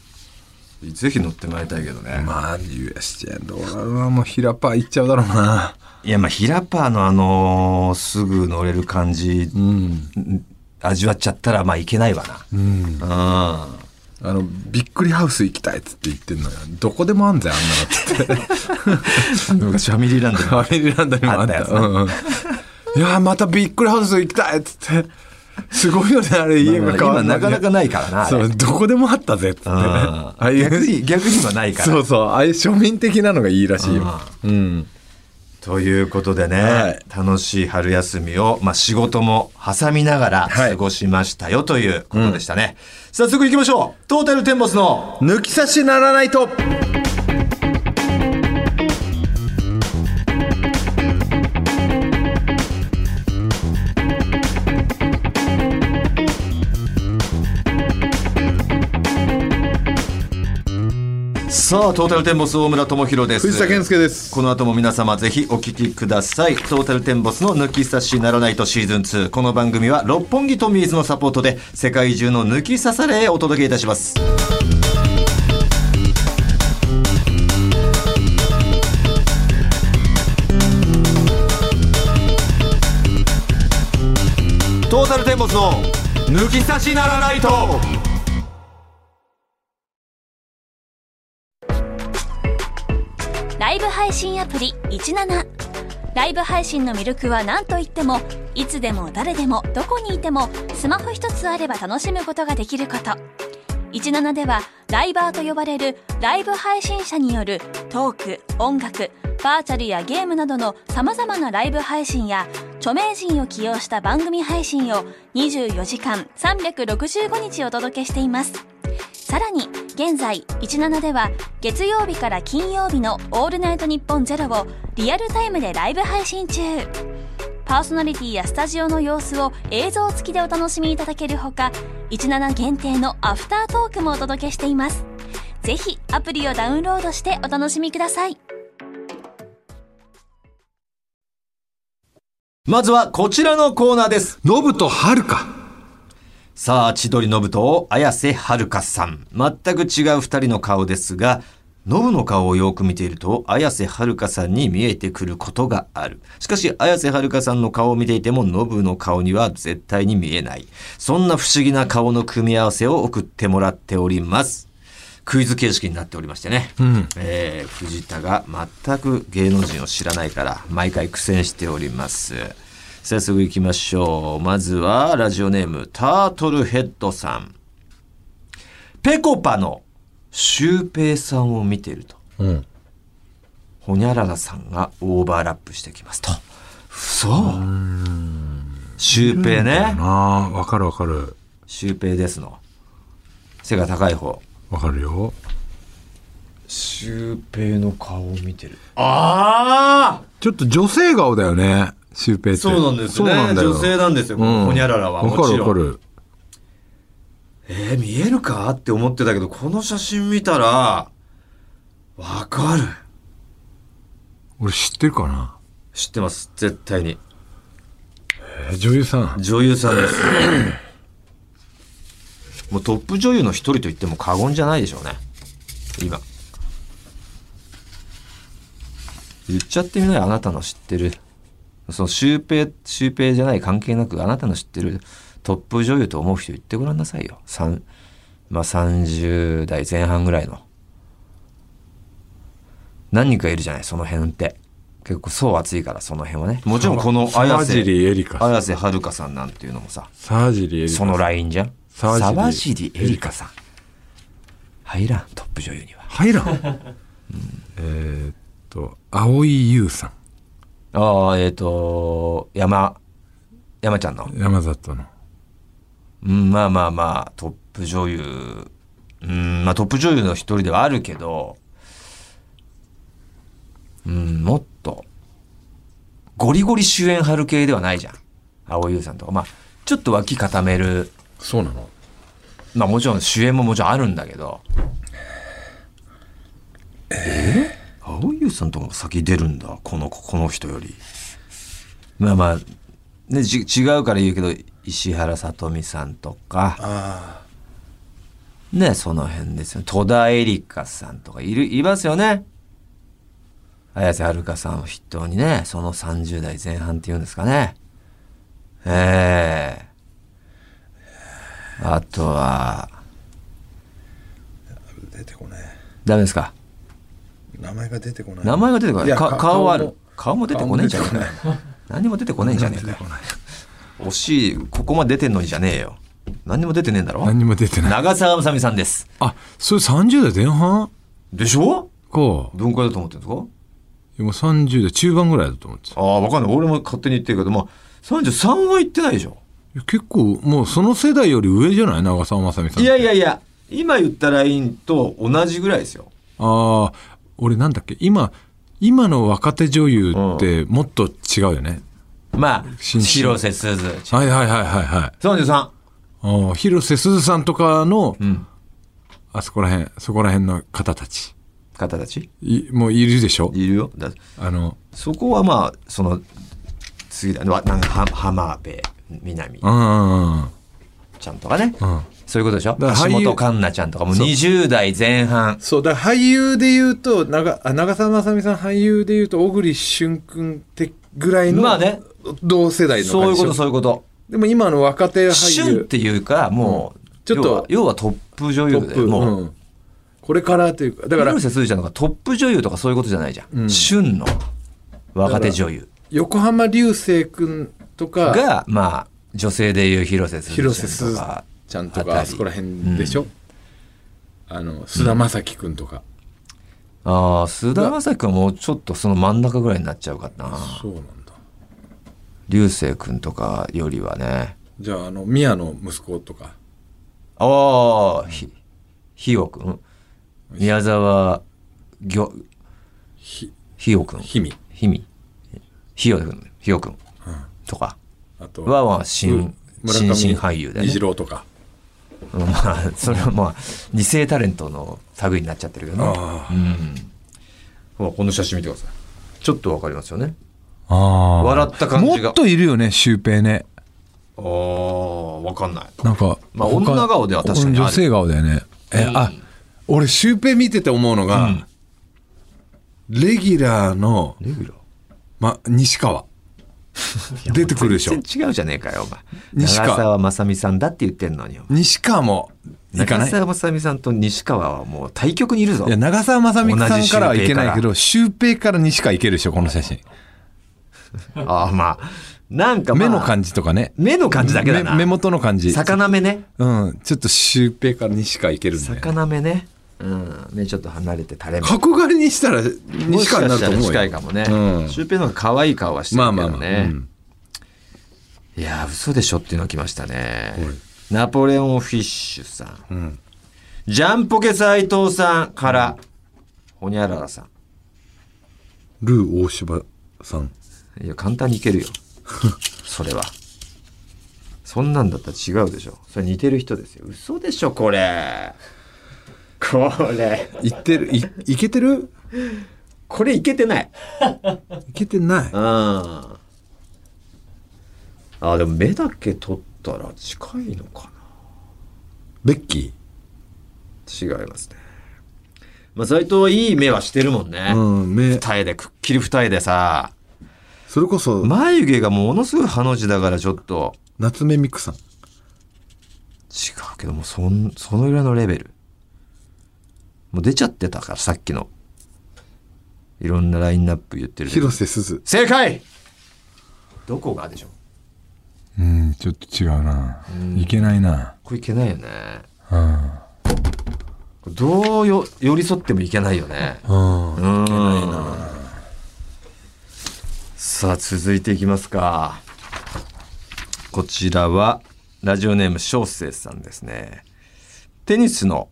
Speaker 2: ぜひ乗ってもらいたいけどね。
Speaker 3: まあ USJ どうだろうなもう平パー行っちゃうだろうない
Speaker 2: や、まあ、ヒラパーのあのーすぐ乗れる感じ、
Speaker 3: うん
Speaker 2: 味わっちゃったら、まあ、いけないわな。
Speaker 3: うん
Speaker 2: うん。
Speaker 3: あのびっくりハウス行きたいっつって言ってんのよどこでもあんぜあんなのっつって
Speaker 2: 昔ファミリーランドに
Speaker 3: ファミリーランドにもあっ た
Speaker 2: あったやつ
Speaker 3: うんうん、いやーまたびっくりハウス行きたいっつってすごいよねあれ家が変わ
Speaker 2: 今
Speaker 3: ん
Speaker 2: な
Speaker 3: の
Speaker 2: かなかないからな。あれ
Speaker 3: そうどこでもあったぜっつってね
Speaker 2: うん
Speaker 3: ああいう
Speaker 2: 逆に、逆に今ないから。
Speaker 3: そうそうああいう庶民的なのがいいらしいようん
Speaker 2: ということでね、
Speaker 3: はい
Speaker 2: 楽しい春休みを、まあ、仕事も挟みながら
Speaker 3: はい
Speaker 2: 過ごしましたよということでしたね。早速行きましょうトータルテンボスの
Speaker 3: 抜き差しならないと
Speaker 2: さあ、トータルテンボス大村智広です。
Speaker 3: 藤田健介です
Speaker 2: この後も皆様ぜひお聞きください。トータルテンボスの抜き差しならないとシーズン2。この番組は六本木トミーズのサポートで世界中の抜き差されへお届けいたします。トータルテンボスの抜き差しならないと。
Speaker 1: ライブ配信アプリ17ライブ配信の魅力は何といってもいつでも誰でもどこにいてもスマホ一つあれば楽しむことができること17ではライバーと呼ばれるライブ配信者によるトーク音楽バーチャルやゲームなどのさまざまなライブ配信や著名人を起用した番組配信を24時間365日お届けしていますさらに現在17では月曜日から金曜日の「オールナイトニッポンゼロをリアルタイムでライブ配信中パーソナリティやスタジオの様子を映像付きでお楽しみいただけるほか17限定のアフタートークもお届けしていますぜひアプリをダウンロードしてお楽しみください
Speaker 2: まずはこちらのコーナーです。
Speaker 3: ノブとハルカ。
Speaker 2: さあ、千鳥ノブと綾瀬はるかさん。全く違う二人の顔ですが、ノブの顔をよく見ていると、綾瀬はるかさんに見えてくることがある。しかし、綾瀬はるかさんの顔を見ていても、ノブの顔には絶対に見えない。そんな不思議な顔の組み合わせを送ってもらっております。クイズ形式になっておりましてね。えー藤田が全く芸能人を知らないから、毎回苦戦しております。早速行きましょう。まずは、ラジオネーム、タートルヘッドさん。ペコパのシュウペイさんを見てると、
Speaker 3: うん。
Speaker 2: ホニャララさんがオーバーラップしてきますと。嘘シュウペイね。
Speaker 4: ああ、わかるわかる。
Speaker 2: シュウペイですの。背が高い方。
Speaker 4: わかるよ。
Speaker 2: シュウペイの顔を見てる。ああ
Speaker 4: ちょっと女性顔だよね、シュウペイって。
Speaker 2: そうなんです
Speaker 4: そう
Speaker 2: ね。
Speaker 4: なんだよ。
Speaker 2: 女性なんですよ、こ
Speaker 4: う
Speaker 2: の
Speaker 4: ん
Speaker 2: ホニャララ
Speaker 4: わ
Speaker 2: は。も
Speaker 4: か
Speaker 2: ち
Speaker 4: る
Speaker 2: ろ
Speaker 4: わ
Speaker 2: ん
Speaker 4: か。る。
Speaker 2: えー、見えるかって思ってたけど、この写真見たら、わかる。
Speaker 4: 俺知ってるかな
Speaker 2: 知ってます。絶対に。
Speaker 4: え女優さん。
Speaker 2: 女優さんです。 もうトップ女優の一人と言っても過言じゃないでしょうね。今。言っちゃってみないあなたの知ってる。そのシュウペイ、シュウペイじゃない関係なくあなたの知ってるトップ女優と思う人言ってごらんなさいよ。三、まあ30代前半ぐらいの。何人かいるじゃない、その辺って。結構層厚いから、その辺はね。もちろんこの綾
Speaker 4: 沢
Speaker 2: 瀬。
Speaker 4: 尻エリカさん。
Speaker 2: 綾瀬はるかさんなんていうのもさ
Speaker 4: 沢尻エリカさ
Speaker 2: そ
Speaker 4: ん。
Speaker 2: のラインじゃん
Speaker 4: 沢尻
Speaker 2: 沢尻エリカさん入らんトップ女優には
Speaker 4: 入らん。えーっと、青井優さ
Speaker 2: ああえっ、と山山ちゃんの
Speaker 4: ん。山里の。
Speaker 2: うんまあまあまあトップ女優うんまあトップ女優の一人ではあるけどうんもっとゴリゴリ主演春系ではないじゃん蒼井優さんとかまあちょっと脇固める
Speaker 3: そうなの
Speaker 2: まあもちろん主演ももちろんあるんだけど。え青井優さんとかも先出るんだ。この、この人より。まあまあ、ね、じ違うから言うけど、石原さとみさんとか。ね、その辺ですよ。戸田恵梨香さんとかいる、いますよね。綾瀬はるかさんを筆頭にね、その30代前半っていうんですかね。ええあとは、
Speaker 3: 出てこない。
Speaker 2: ダメですか
Speaker 3: 名前が出てこな
Speaker 2: 名前が出てこない
Speaker 3: いや
Speaker 2: か
Speaker 3: か
Speaker 2: 顔はあ
Speaker 3: 顔
Speaker 2: る
Speaker 3: も
Speaker 2: 顔も出てこないじゃねえかよ何も出てこないじゃねえかよ惜しいここまで出てんのにじゃねえよ何にも出てねえんだろ
Speaker 4: 何にも出てない。
Speaker 2: 長澤まさみさんです
Speaker 4: あ、それ30代前半
Speaker 2: でしょ
Speaker 4: か。も
Speaker 2: どんくらいだと思ってるんですか
Speaker 4: う30代中盤ぐらいだと思ってた。
Speaker 2: ああ分かんない俺も勝手に言ってるけどまあ33は言ってないでしょ
Speaker 4: いや結構、もうその世代より上じゃない長澤まさみさん。
Speaker 2: いやい。やいや今言ったラインと同じぐらいですよ
Speaker 4: ああ、俺なんだっけ今、今の若手女優ってもっと違うよね。
Speaker 2: まあ
Speaker 4: 新進
Speaker 2: 広瀬すず
Speaker 4: はいはいはいはいはい。
Speaker 2: 33
Speaker 4: あー広瀬すずさんとかの、
Speaker 2: ん
Speaker 4: あそこら辺、そこら辺の方たち。
Speaker 2: 方たち
Speaker 4: いもういるでしょ
Speaker 2: いるよだ
Speaker 4: あの、
Speaker 2: そこはまあその次だねわなんかは浜辺美波
Speaker 4: うんうんうん。
Speaker 2: ちゃんとかね、
Speaker 4: うん
Speaker 2: そういうことでしょ橋
Speaker 4: だから俳優
Speaker 2: 本環奈ちゃんとかも20代前半
Speaker 3: そう、だから俳優で言うと、長あ長澤まさみさん俳優で言うと、小栗旬君ってぐらいの、
Speaker 2: まあね、
Speaker 3: 同世代の
Speaker 2: そういうこと
Speaker 3: う
Speaker 2: そういうこと
Speaker 3: でも今の若手俳
Speaker 2: 旬っ
Speaker 3: 優、
Speaker 2: ていうかもう、
Speaker 3: ちょっと
Speaker 2: 要は要はトップ女
Speaker 3: ト
Speaker 2: 優
Speaker 3: ッ
Speaker 2: で
Speaker 3: プ、
Speaker 2: もう、
Speaker 3: うんこれからというか、だから
Speaker 2: 広瀬すずちゃんとかトップ女優とかそういうことじゃないじゃん、旬の若手女優
Speaker 3: 横浜流星君とか、
Speaker 2: がまあ女性でいう広瀬すず
Speaker 3: 広瀬
Speaker 2: ちゃ
Speaker 3: す
Speaker 2: んと
Speaker 3: ず
Speaker 2: か
Speaker 3: ちゃんと
Speaker 2: あたり
Speaker 3: か、あそこら辺でしょ、あの、菅田将暉君とか。
Speaker 2: ああ菅田将暉君はもうちょっとその真ん中ぐらいになっちゃうかな
Speaker 3: そうなんだ。
Speaker 2: 流星君とかよりはね
Speaker 3: じゃあ、あの、宮の息子とか。
Speaker 2: ああひひよくん宮沢ぎょ
Speaker 3: ひ、
Speaker 2: ひよくん
Speaker 3: ひみ。
Speaker 2: ひみひよくんひよくんとか
Speaker 3: あと、
Speaker 2: はまあ新
Speaker 3: 村
Speaker 2: 新
Speaker 3: 上
Speaker 2: 進俳優だよ
Speaker 3: 二
Speaker 2: ね
Speaker 3: 次郎とか。
Speaker 2: うんまあそれはまあ二世タレントの類になっちゃってるけどね
Speaker 3: あ
Speaker 2: う
Speaker 3: あ。
Speaker 2: んほらこの写真見てくださいちょっとわかりますよね
Speaker 4: ああ
Speaker 2: 笑った感じが
Speaker 4: もっといるよねシュウペイね
Speaker 2: ああわかんない
Speaker 4: なんか、
Speaker 2: まあ
Speaker 4: 他
Speaker 2: 女顔では確かにある
Speaker 4: 女性顔だよねえ、あ俺シュウペイ見てて思うのが、レギュラーの、
Speaker 2: レギュラー
Speaker 4: ま、西 川出てくるでしょ
Speaker 2: 全然違うじゃねえかよお前
Speaker 4: 西川
Speaker 2: 長澤まさみさんだって言ってんのにお前
Speaker 4: 西川もいか
Speaker 2: 長
Speaker 4: ない
Speaker 2: 澤まさみさんと西川はもう対局にいるぞ
Speaker 4: いや長澤まさみさんからはいけないけ
Speaker 2: 同
Speaker 4: どシュウペイから西川いけるでしょこの写真
Speaker 2: ああまあなんか、ま
Speaker 4: 目
Speaker 2: あ、
Speaker 4: の感じとかね
Speaker 2: 目の感じだけだな
Speaker 4: 目目元の感じ
Speaker 2: 魚目ね
Speaker 4: うんちょっとシュウペイから西川いけるんだよね
Speaker 2: 魚目ねうん目ちょっと離れて垂れ目
Speaker 4: 角刈りにしたら西川になると思う
Speaker 2: も
Speaker 4: よ
Speaker 2: しかしたら近いかもね、
Speaker 4: うん
Speaker 2: シュウペイの方が可愛い顔はしてるけ
Speaker 4: ま
Speaker 2: ど
Speaker 4: あま
Speaker 2: ね、
Speaker 4: あまあ、うん
Speaker 2: いやー嘘でしょっていうの来ましたね、ナポレオン・フィッシュさん、ジャンポケ斎藤さんからほにゃららさ
Speaker 3: ルー大柴さん
Speaker 2: んいや簡単にいけるよ それはそんなんだったら違うでしょそれ似てる人ですよ嘘でしょこれこれ
Speaker 3: いってるいいけてる
Speaker 2: これいけてない
Speaker 3: いけてない
Speaker 2: ああでも目だけ取ったら近いのか
Speaker 3: ベッキ
Speaker 2: な違いますねまあ斎藤はいい目はしてるもんね、
Speaker 3: ーうん目
Speaker 2: 二重でくっきり二重でさ
Speaker 3: それこそ
Speaker 2: 眉毛がものすごいハの字だからちょっと
Speaker 3: 夏目ミクさん
Speaker 2: 違うけどもうそんそのぐらいのレベルもう出ちゃってたからさっきのいろんなラインナップ言ってるけど
Speaker 3: 広瀬すず
Speaker 2: 正解どこがでしょ
Speaker 4: うん、ちょっと違うな。いけないな。
Speaker 2: これいけないよね
Speaker 4: うん。
Speaker 2: どうよ寄り添ってもいけないよね。
Speaker 4: うん。
Speaker 2: うん。さあ続いていきますか。こちらはラジオネーム小生さんですね。テニスの、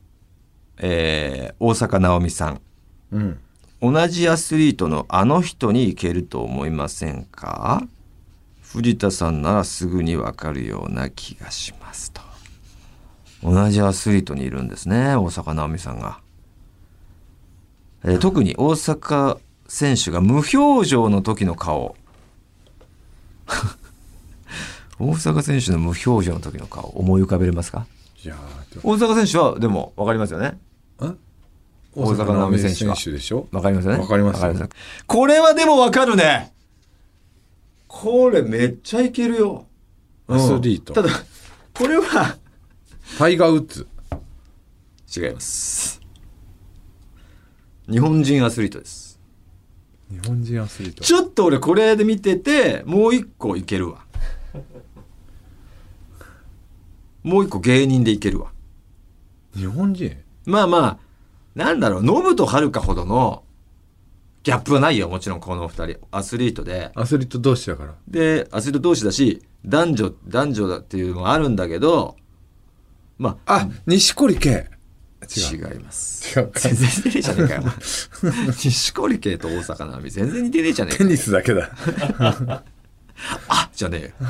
Speaker 2: えー大坂なおみさん。
Speaker 3: うん
Speaker 2: 同じアスリートのあの人に行けると思いませんか藤田さんならすぐにわかるような気がしますと同じアスリートにいるんですね大坂なおみさんが、えー特に大坂選手が無表情の時の顔 大坂選手の無表情の時の顔思い浮かべれますか
Speaker 3: いやーでも
Speaker 2: 大坂選手はでもわかりますよね
Speaker 3: あ
Speaker 2: 大阪直美選手は
Speaker 3: 選手でしょ
Speaker 2: わかりますよね。
Speaker 3: わかりますよ
Speaker 2: これはでもわかるね。これめっちゃいけるよ。
Speaker 3: アスリート
Speaker 2: ただ、これは。
Speaker 3: タイガー・ウッズ
Speaker 2: 違います。日本人アスリートです。
Speaker 3: 日本人アスリート
Speaker 2: ちょっと俺これで見てて、もう一個いけるわ。もう一個芸人でいけるわ。
Speaker 3: 日本人
Speaker 2: まあまあ、なんだろう、ノブとはるかほどのギャップはないよ、もちろんこの二人。アスリートで。
Speaker 3: アスリート同士だから
Speaker 2: でアスリート同士だし男女男女だっていうのもあるんだけどまあ
Speaker 3: あ錦織圭
Speaker 2: 違
Speaker 3: 違う
Speaker 2: います
Speaker 3: 違うか
Speaker 2: 全然似てねえじゃねえ かよお前錦織圭と大阪なおみ全然似てねえじゃねえ
Speaker 3: テ
Speaker 2: か
Speaker 3: ニスだけだ
Speaker 2: あじゃねえよ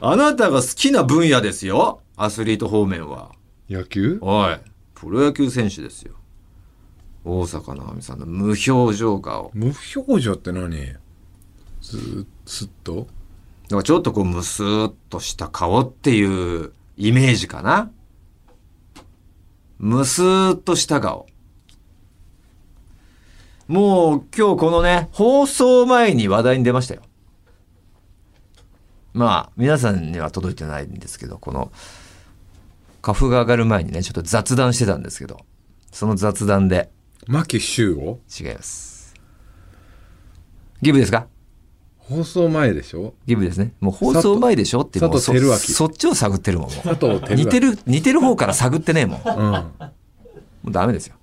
Speaker 2: あなたが好きな分野ですよアスリート方面は
Speaker 3: 野球
Speaker 2: おいプロ野球選手ですよ大阪なおみさんの無表情顔
Speaker 3: 無表情って何ずーっすっと
Speaker 2: だからちょっとこうムスーっとした顔っていうイメージかな。ムスーっとした顔。もう今日このね、放送前に話題に出ましたよ。まあ、皆さんには届いてないんですけど、この、花粉が上がる前にね、ちょっと雑談してたんですけど、その雑談で、
Speaker 3: 牧秀悟
Speaker 2: 違います。ギブですか
Speaker 3: 放送前でしょ
Speaker 2: ギブですね。もう放送前でしょってもう
Speaker 3: 佐藤輝明
Speaker 2: そそっちを探ってるもん。もう
Speaker 3: 佐藤輝明
Speaker 2: 似てる、似てる方から探ってねえもん。も
Speaker 3: うんあ
Speaker 2: うダメですよ。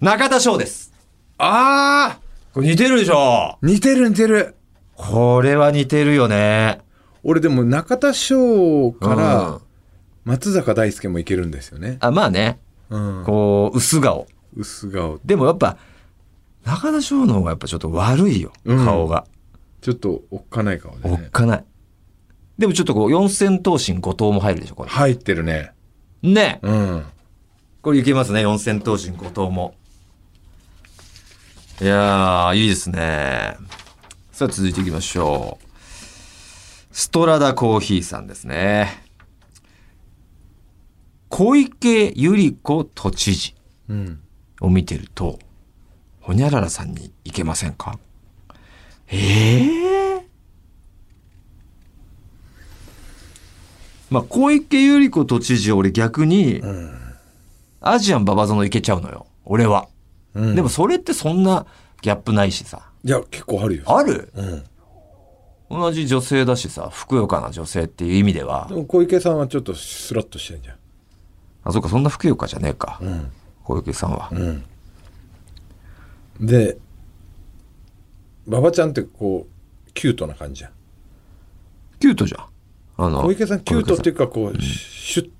Speaker 2: 中田翔です。
Speaker 3: あ
Speaker 2: これ似てるでしょ
Speaker 3: 似てる似てる
Speaker 2: これは似てるよね。
Speaker 3: 俺でも中田翔か
Speaker 2: うん
Speaker 3: ら松坂大輔もいけるんですよね
Speaker 2: あ、まあね。
Speaker 3: うん
Speaker 2: こう、薄顔。
Speaker 3: 薄顔
Speaker 2: でもやっぱ、中田翔の方がやっぱちょっと悪いよ。
Speaker 3: うん
Speaker 2: 顔が。
Speaker 3: ちょっとおっかない顔で
Speaker 2: お
Speaker 3: ね
Speaker 2: っかない。でもちょっとこう、四千頭身五頭も入るでしょ、これ。
Speaker 3: 入ってるね
Speaker 2: ねえ
Speaker 3: うん
Speaker 2: これいけますね、四千頭身五頭も。いやー、いいですね。さあ、続いていきましょう。ストラダコーヒーさんですね。小池百合子都知事を見てると、ほにゃららさんに行けませんかええまあ、小池百合子都知事、俺逆に、アジアンババゾノ行けちゃうのよ。俺は。でもそれってそんなギャップないしさ。
Speaker 3: いや、結構あるよ。
Speaker 2: ある、
Speaker 3: ん
Speaker 2: 同じ女性だしさ、ふくよかな女性っていう意味では
Speaker 3: で。も小池さんはちょっとスラッとしてんじゃん。
Speaker 2: あ、そうか、そんなふくよかじゃねえか。小池さんは。
Speaker 3: で、馬場ちゃんってこう、キュートな感じじゃん。
Speaker 2: キュートじゃん。あの
Speaker 3: 小池さん、キュートっ
Speaker 2: 小池
Speaker 3: ていうか、こう、シュッっ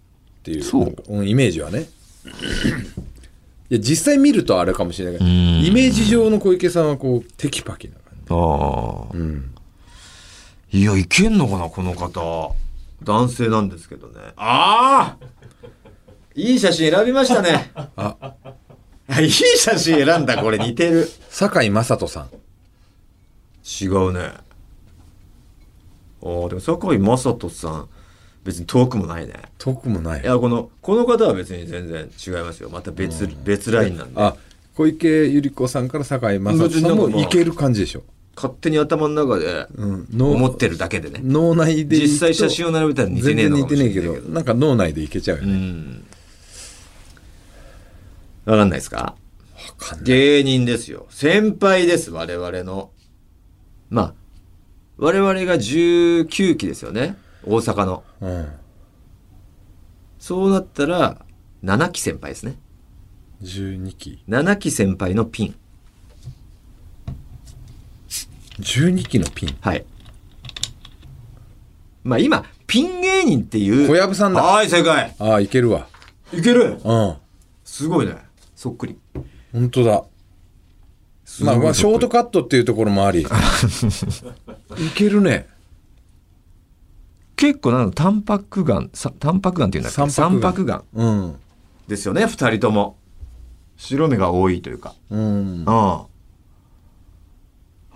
Speaker 3: ていう、
Speaker 2: そう
Speaker 3: なんかうんイメージ はね。いや、実際見るとあれかもしれないけど、イメージ上の小池さんはこう、テキパキな感じ。
Speaker 2: さんああ、いや、いけんのかな、この方。男性なんですけどね。ああいい写真選びましたね。 あいい写真選んだ、これ似てる。
Speaker 3: 堺雅人さん。
Speaker 2: 違うねああでも堺雅人さん別に遠くもないね
Speaker 3: 遠くもない
Speaker 2: い。やこのこの方は別に全然違いますよまた別別ラインなんで
Speaker 3: あ、小池百合子さんから堺雅人さんもいける感じでしょ。
Speaker 2: 勝手に頭の中で
Speaker 3: うん脳
Speaker 2: 思ってるだけでね
Speaker 3: 脳内で言うと
Speaker 2: 実際写真を並べたら似て
Speaker 3: 全
Speaker 2: ねえ
Speaker 3: 然
Speaker 2: の
Speaker 3: 似
Speaker 2: かも
Speaker 3: て
Speaker 2: し
Speaker 3: ね
Speaker 2: れ
Speaker 3: え
Speaker 2: ないけ
Speaker 3: け
Speaker 2: ど
Speaker 3: ど、なんか脳内でいけちゃうよね。
Speaker 2: わかんないですか
Speaker 3: かんない
Speaker 2: 芸人ですよ先輩です我々のまあ我々が19期ですよね大阪の
Speaker 3: うん。
Speaker 2: そうなったら7期先輩ですね
Speaker 3: 12期。
Speaker 2: 7期先輩のピン
Speaker 3: 12期のピン。
Speaker 2: はい。まあ今、ピン芸人っていう。
Speaker 3: 小籔さんだ
Speaker 2: はい、正解。
Speaker 3: ああ、いけるわ。
Speaker 2: いける
Speaker 3: うん。
Speaker 2: すごいね。そっくり。
Speaker 3: 本当だ。まあまあ、ショートカットっていうところもあ り。いけるね。
Speaker 2: 結構なの、タンパクがん、さタンパクがんっていうんだっけ三白がん。
Speaker 3: うん。
Speaker 2: ですよね、二人とも。白目が多いというか。
Speaker 3: うん。
Speaker 2: あ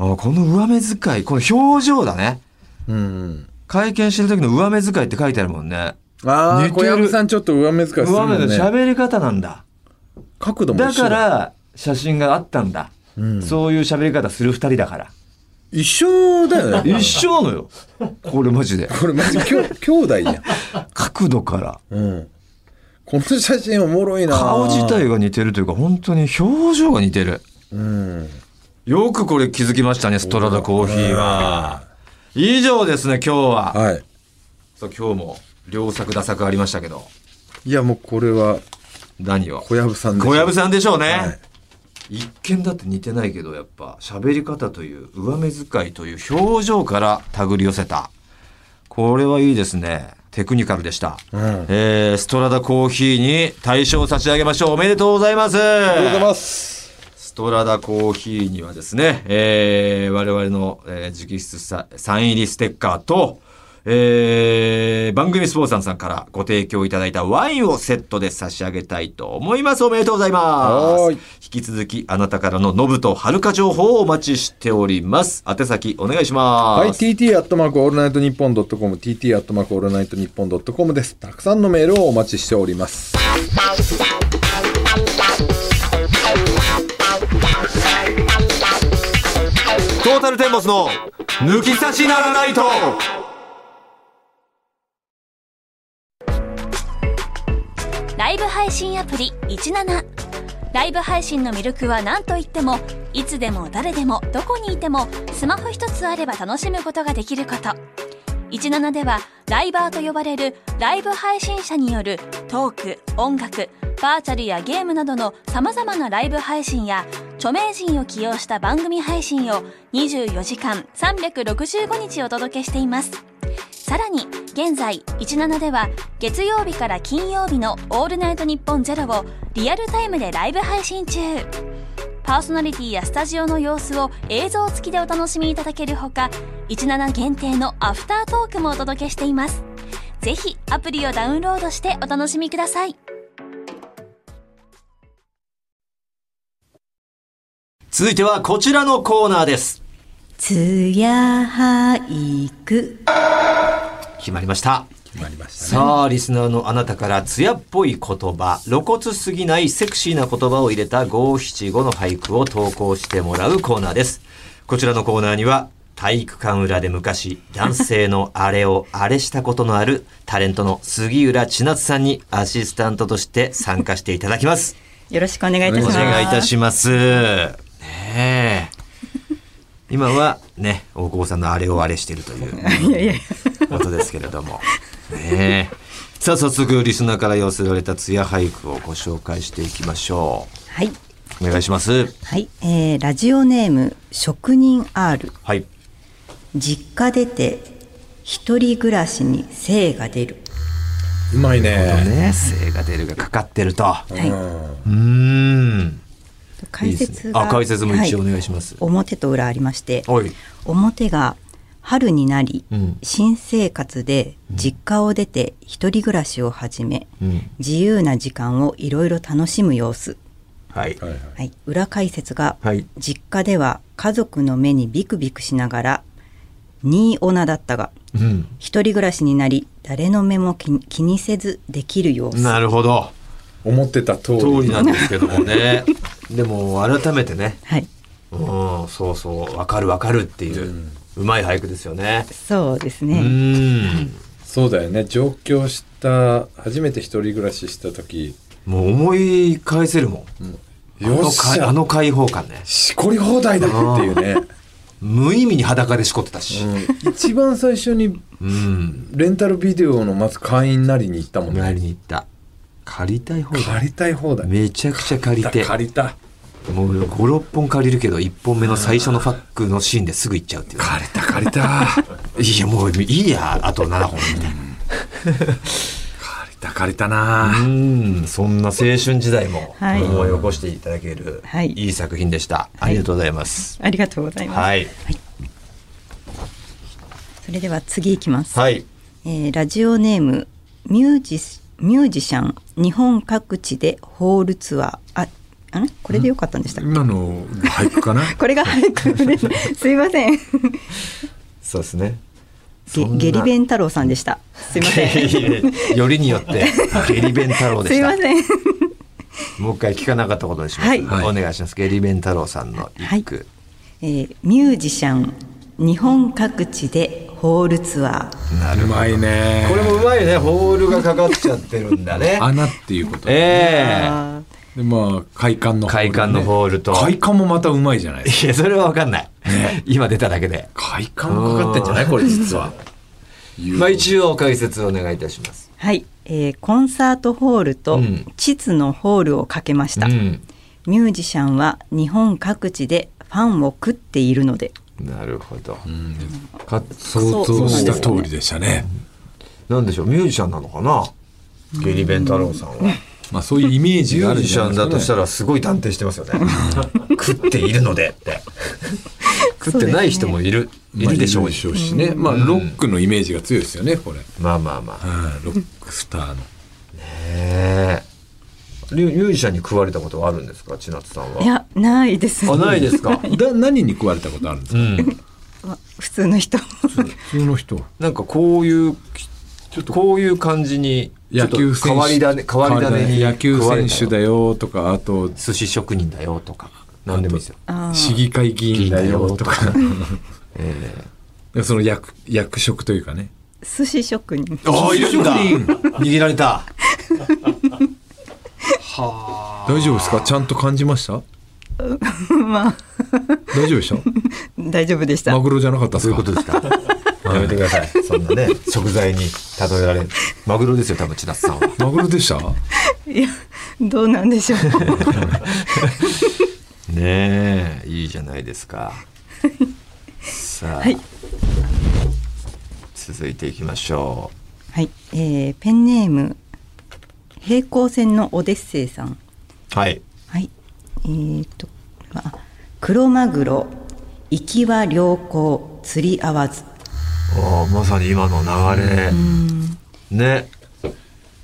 Speaker 2: ああ、この上目遣い、この表情だね。
Speaker 3: うん。
Speaker 2: 会見してる時の上目遣いって書いてあるもんね。
Speaker 3: ああ、
Speaker 2: 似て
Speaker 3: 小
Speaker 2: る
Speaker 3: 籔さんちょっと上目遣いする
Speaker 2: 上
Speaker 3: も
Speaker 2: 目の
Speaker 3: んね。
Speaker 2: 喋り方なんだ。
Speaker 3: 角度も
Speaker 2: だ
Speaker 3: 一緒
Speaker 2: か
Speaker 3: だ。
Speaker 2: ら、写真があったんだ。そういう喋り方する二人だから。
Speaker 3: 一緒だよ ね。
Speaker 2: 一緒なのよ。これマジで。
Speaker 3: これマジきょ兄 弟じゃん。
Speaker 2: 角度から。
Speaker 3: うん。この写真おもろいな。
Speaker 2: 顔自。体が似てるというか、本当に表情が似てる。
Speaker 3: うん。
Speaker 2: よくこれ気づきましたね、ストラダコーヒーは。以上ですね、今日は。
Speaker 3: はい。
Speaker 2: そう今日も、良作、打作ありましたけど、
Speaker 3: いや、もうこれは
Speaker 2: 何は。
Speaker 3: 小籔さんでしょ
Speaker 2: 小籔さんでしょうね。
Speaker 3: はい
Speaker 2: 一見だって似てないけど、やっぱ、喋り方という、上目遣いという表情から手繰り寄せた。これはいいですね。テクニカルでした。
Speaker 3: ん
Speaker 2: えーストラダコーヒーに大賞を差し上げましょう。おめでとうございます。
Speaker 3: ありがとうございます。
Speaker 2: ストラダコーヒーにはですね、えー我々の、えー直筆ササイン入りステッカーと、えー番組スポンサーさんからご提供いただいたワインをセットで差し上げたいと思います。おめでとうございます。
Speaker 3: はーい
Speaker 2: 引き続きあなたからのノブとはるか情報をお待ちしております。宛先お願いします。
Speaker 3: はい、TT アットマークオールナイトニッポンドットコム、TT アットマークオールナイトニッポンドットコムです。たくさんのメールをお待ちしております。
Speaker 2: トータルテンボスの抜き差しならないと
Speaker 1: ライブ配信アプリ17ライブ配信の魅力は何といってもいつでも誰でもどこにいてもスマホ一つあれば楽しむことができること17ではライバーと呼ばれるライブ配信者によるトーク音楽バーチャルやゲームなどのさまざまなライブ配信や著名人を起用した番組配信を24時間365日お届けしていますさらに現在17では月曜日から金曜日の「オールナイトニッポンゼロをリアルタイムでライブ配信中パーソナリティやスタジオの様子を映像付きでお楽しみいただけるほか17限定のアフタートークもお届けしていますぜひアプリをダウンロードしてお楽しみください
Speaker 2: 続いてはこちらのコーナーです。
Speaker 5: つや俳句。
Speaker 2: 決まりました。
Speaker 3: 決まりましたね。
Speaker 2: さあ、リスナーのあなたから、艶っぽい言葉、露骨すぎないセクシーな言葉を入れた五七五の俳句を投稿してもらうコーナーです。こちらのコーナーには、体育館裏で昔、男性のあれをあれしたことのある、タレントの杉浦千夏さんにアシスタントとして参加していただきます。
Speaker 5: よろしくお願いいたし
Speaker 2: お
Speaker 5: ます。
Speaker 2: 願いいたし ます。ねえ。今はね、大久保さんのあれをあれしてるという。ことですけれども。ねえ。さあ、早速、リスナーから寄せられたツヤ俳句をご紹介していきましょ
Speaker 5: はい。
Speaker 2: う。お願いします。
Speaker 5: はい。えー、ラジオネーム、職人 R。
Speaker 2: はい。
Speaker 5: 実家出て、一人暮らしに精が出る。
Speaker 3: うまいね。
Speaker 2: ね、精が出るがかかってると。
Speaker 5: は
Speaker 2: うーん。
Speaker 5: い。解
Speaker 2: いいです
Speaker 5: 説
Speaker 2: ね
Speaker 5: が。
Speaker 2: あ、解説も一応お
Speaker 5: は
Speaker 2: 願いします。
Speaker 5: 表と裏ありまして、
Speaker 2: はい。
Speaker 5: 表が春になり、
Speaker 2: うん
Speaker 5: 新生活で実家を出て一人暮らしを始め、
Speaker 2: うん。
Speaker 5: 自由な時間をいろいろ楽しむ様子、
Speaker 2: はい。
Speaker 3: はいはい。
Speaker 5: はい、裏解説が、
Speaker 2: はい
Speaker 5: 実家では家族の目にビクビクしながらニーオナだったが
Speaker 2: うん。
Speaker 5: 一人暮らしになり誰の目も気に気にせずできる様子
Speaker 2: なるほど。
Speaker 3: 思ってた通り。
Speaker 2: 通りなんですけどもね。でも、改めてね。
Speaker 5: はい、
Speaker 2: うん、そうそう、わかるわかるっていう、うまい俳句ですよね。
Speaker 5: そうです
Speaker 2: う
Speaker 5: ね、
Speaker 2: ん。
Speaker 3: そうだよね。上京した、初めて一人暮らしした時、
Speaker 2: もう思い返せるもん。あ
Speaker 3: よ
Speaker 2: の
Speaker 3: っし
Speaker 2: 解
Speaker 3: ゃ、
Speaker 2: あの解放感ね。
Speaker 3: しこり放題だっていうね。
Speaker 2: 無意味に裸でしこってたし。
Speaker 3: うん一番最初に
Speaker 2: うん。
Speaker 3: レンタルビデオのまず会員なりに行ったもん
Speaker 2: 帰り
Speaker 3: ね。
Speaker 2: に行った。借りたい方だ。
Speaker 3: 借りたい放題。
Speaker 2: めちゃくちゃ借りて。
Speaker 3: 借りた。
Speaker 2: もう5、6本借りるけど、1本目の最初のファックのシーンですぐ行っちゃうっていう。
Speaker 3: 借りた借りた。
Speaker 2: いや、もういいや、あと7本みたいな。
Speaker 3: 借りた借りたな。
Speaker 2: うん、そんな青春時代も
Speaker 5: はい
Speaker 2: 思い起こしていただける、
Speaker 5: はい
Speaker 2: いい作品でした。ありがとうございます。
Speaker 5: ありがとうございます、
Speaker 2: はい。
Speaker 5: それでは次いきます、
Speaker 2: はい。
Speaker 5: えーラジオネームミュージスミュージシャン日本各地でホールツアーあんこれでよかったんでしたっけ
Speaker 4: 今の俳句かな
Speaker 5: これが早く すいません
Speaker 2: そうですね。
Speaker 5: ゲゲリ弁太郎さんでしたすいませんす
Speaker 2: よりによってゲリ弁太郎で
Speaker 5: い
Speaker 2: し
Speaker 5: ま
Speaker 2: た。
Speaker 5: せん
Speaker 2: もう一回聞かなかったことにします。
Speaker 5: はい
Speaker 2: お願いします。ゲリ弁太郎さんの一句。
Speaker 5: えーミュージシャン日本各地でホールツアー
Speaker 3: うまいね。
Speaker 2: これもうまいね。ホールがかかっちゃってるんだね
Speaker 4: 穴っていうことで
Speaker 2: え
Speaker 5: あー
Speaker 4: まあ快感のホールね
Speaker 2: 快感のホールと
Speaker 4: 快感もまたうまいじゃない
Speaker 2: えいやそれはわかんない。今出ただけで。
Speaker 4: 快感もかかってんじゃないこれ実は
Speaker 2: まあ一応解説お願いいたします。
Speaker 5: はい、えーコンサートホール
Speaker 2: う
Speaker 5: と
Speaker 2: ん
Speaker 5: 地図のホールをかけました、
Speaker 2: うん。
Speaker 5: ミュージシャンは日本各地でファンを食っているので
Speaker 2: なるほど。か
Speaker 4: 想像した通りでしたね
Speaker 2: なんでしょうミュージシャンなのかな。ゲリ弁太郎さんは。
Speaker 4: まあそういうイメージ
Speaker 2: ミュ
Speaker 4: があ
Speaker 2: ー
Speaker 4: るん
Speaker 2: ジシ
Speaker 4: じゃ
Speaker 2: ャ
Speaker 4: ない
Speaker 2: ン
Speaker 4: ですか
Speaker 2: だ
Speaker 4: ね
Speaker 2: としたらすごい断定してますよ ね。食っているのでって。食ってない人もいる。いるでしょう
Speaker 4: まあいるでし
Speaker 2: し
Speaker 4: ょ。うしねまあロックのイメージが強いですよねこれ
Speaker 2: まあまあまあ。
Speaker 4: うんロックスターの
Speaker 2: へえ。ミュミュージシャンに食われたことはあるんですか千夏さん
Speaker 5: い
Speaker 2: は。
Speaker 5: やないです
Speaker 2: あ、ないですか。
Speaker 4: だ何に食われたことあるんです
Speaker 2: う
Speaker 4: か
Speaker 2: ん。
Speaker 5: 普通の 人
Speaker 4: 普通の人
Speaker 2: なんかこういう、ちょっとこういう感じに、ちょっ
Speaker 4: 野
Speaker 2: と
Speaker 4: 球選手
Speaker 2: 変わり種、変わり種に
Speaker 4: 野球
Speaker 2: 食われ
Speaker 4: 選手
Speaker 2: たよ
Speaker 4: だよとかあと
Speaker 2: 寿司職人だよとか。何でもいいですよ。
Speaker 5: あー
Speaker 4: 市議会議員だよとか
Speaker 2: ええ
Speaker 4: その役役職というかね
Speaker 5: 寿司職人
Speaker 2: ああ、いるんだ。握られた。
Speaker 4: 大丈夫ですかちゃんと感じました
Speaker 5: まあ
Speaker 4: 大丈夫で した
Speaker 5: 大丈夫でした
Speaker 4: マグロじゃなかったで
Speaker 2: そう
Speaker 4: す
Speaker 2: いう
Speaker 4: か
Speaker 2: ことですか。やめてください。そんなね、食材に例えられる。マグロですよ、多分千夏さんは。
Speaker 4: マグロでした
Speaker 5: いやどうなん でしょう
Speaker 2: ねえ、いいじゃないですか。さあ、
Speaker 5: はい
Speaker 2: 続いていきましょ
Speaker 5: はい、えーペンネーム平行線のオデッセイさん
Speaker 2: う。はい。
Speaker 5: はいえー、とあ黒マグロ行きは良好釣り合わず
Speaker 2: ああ、まさに今の流れ。ね。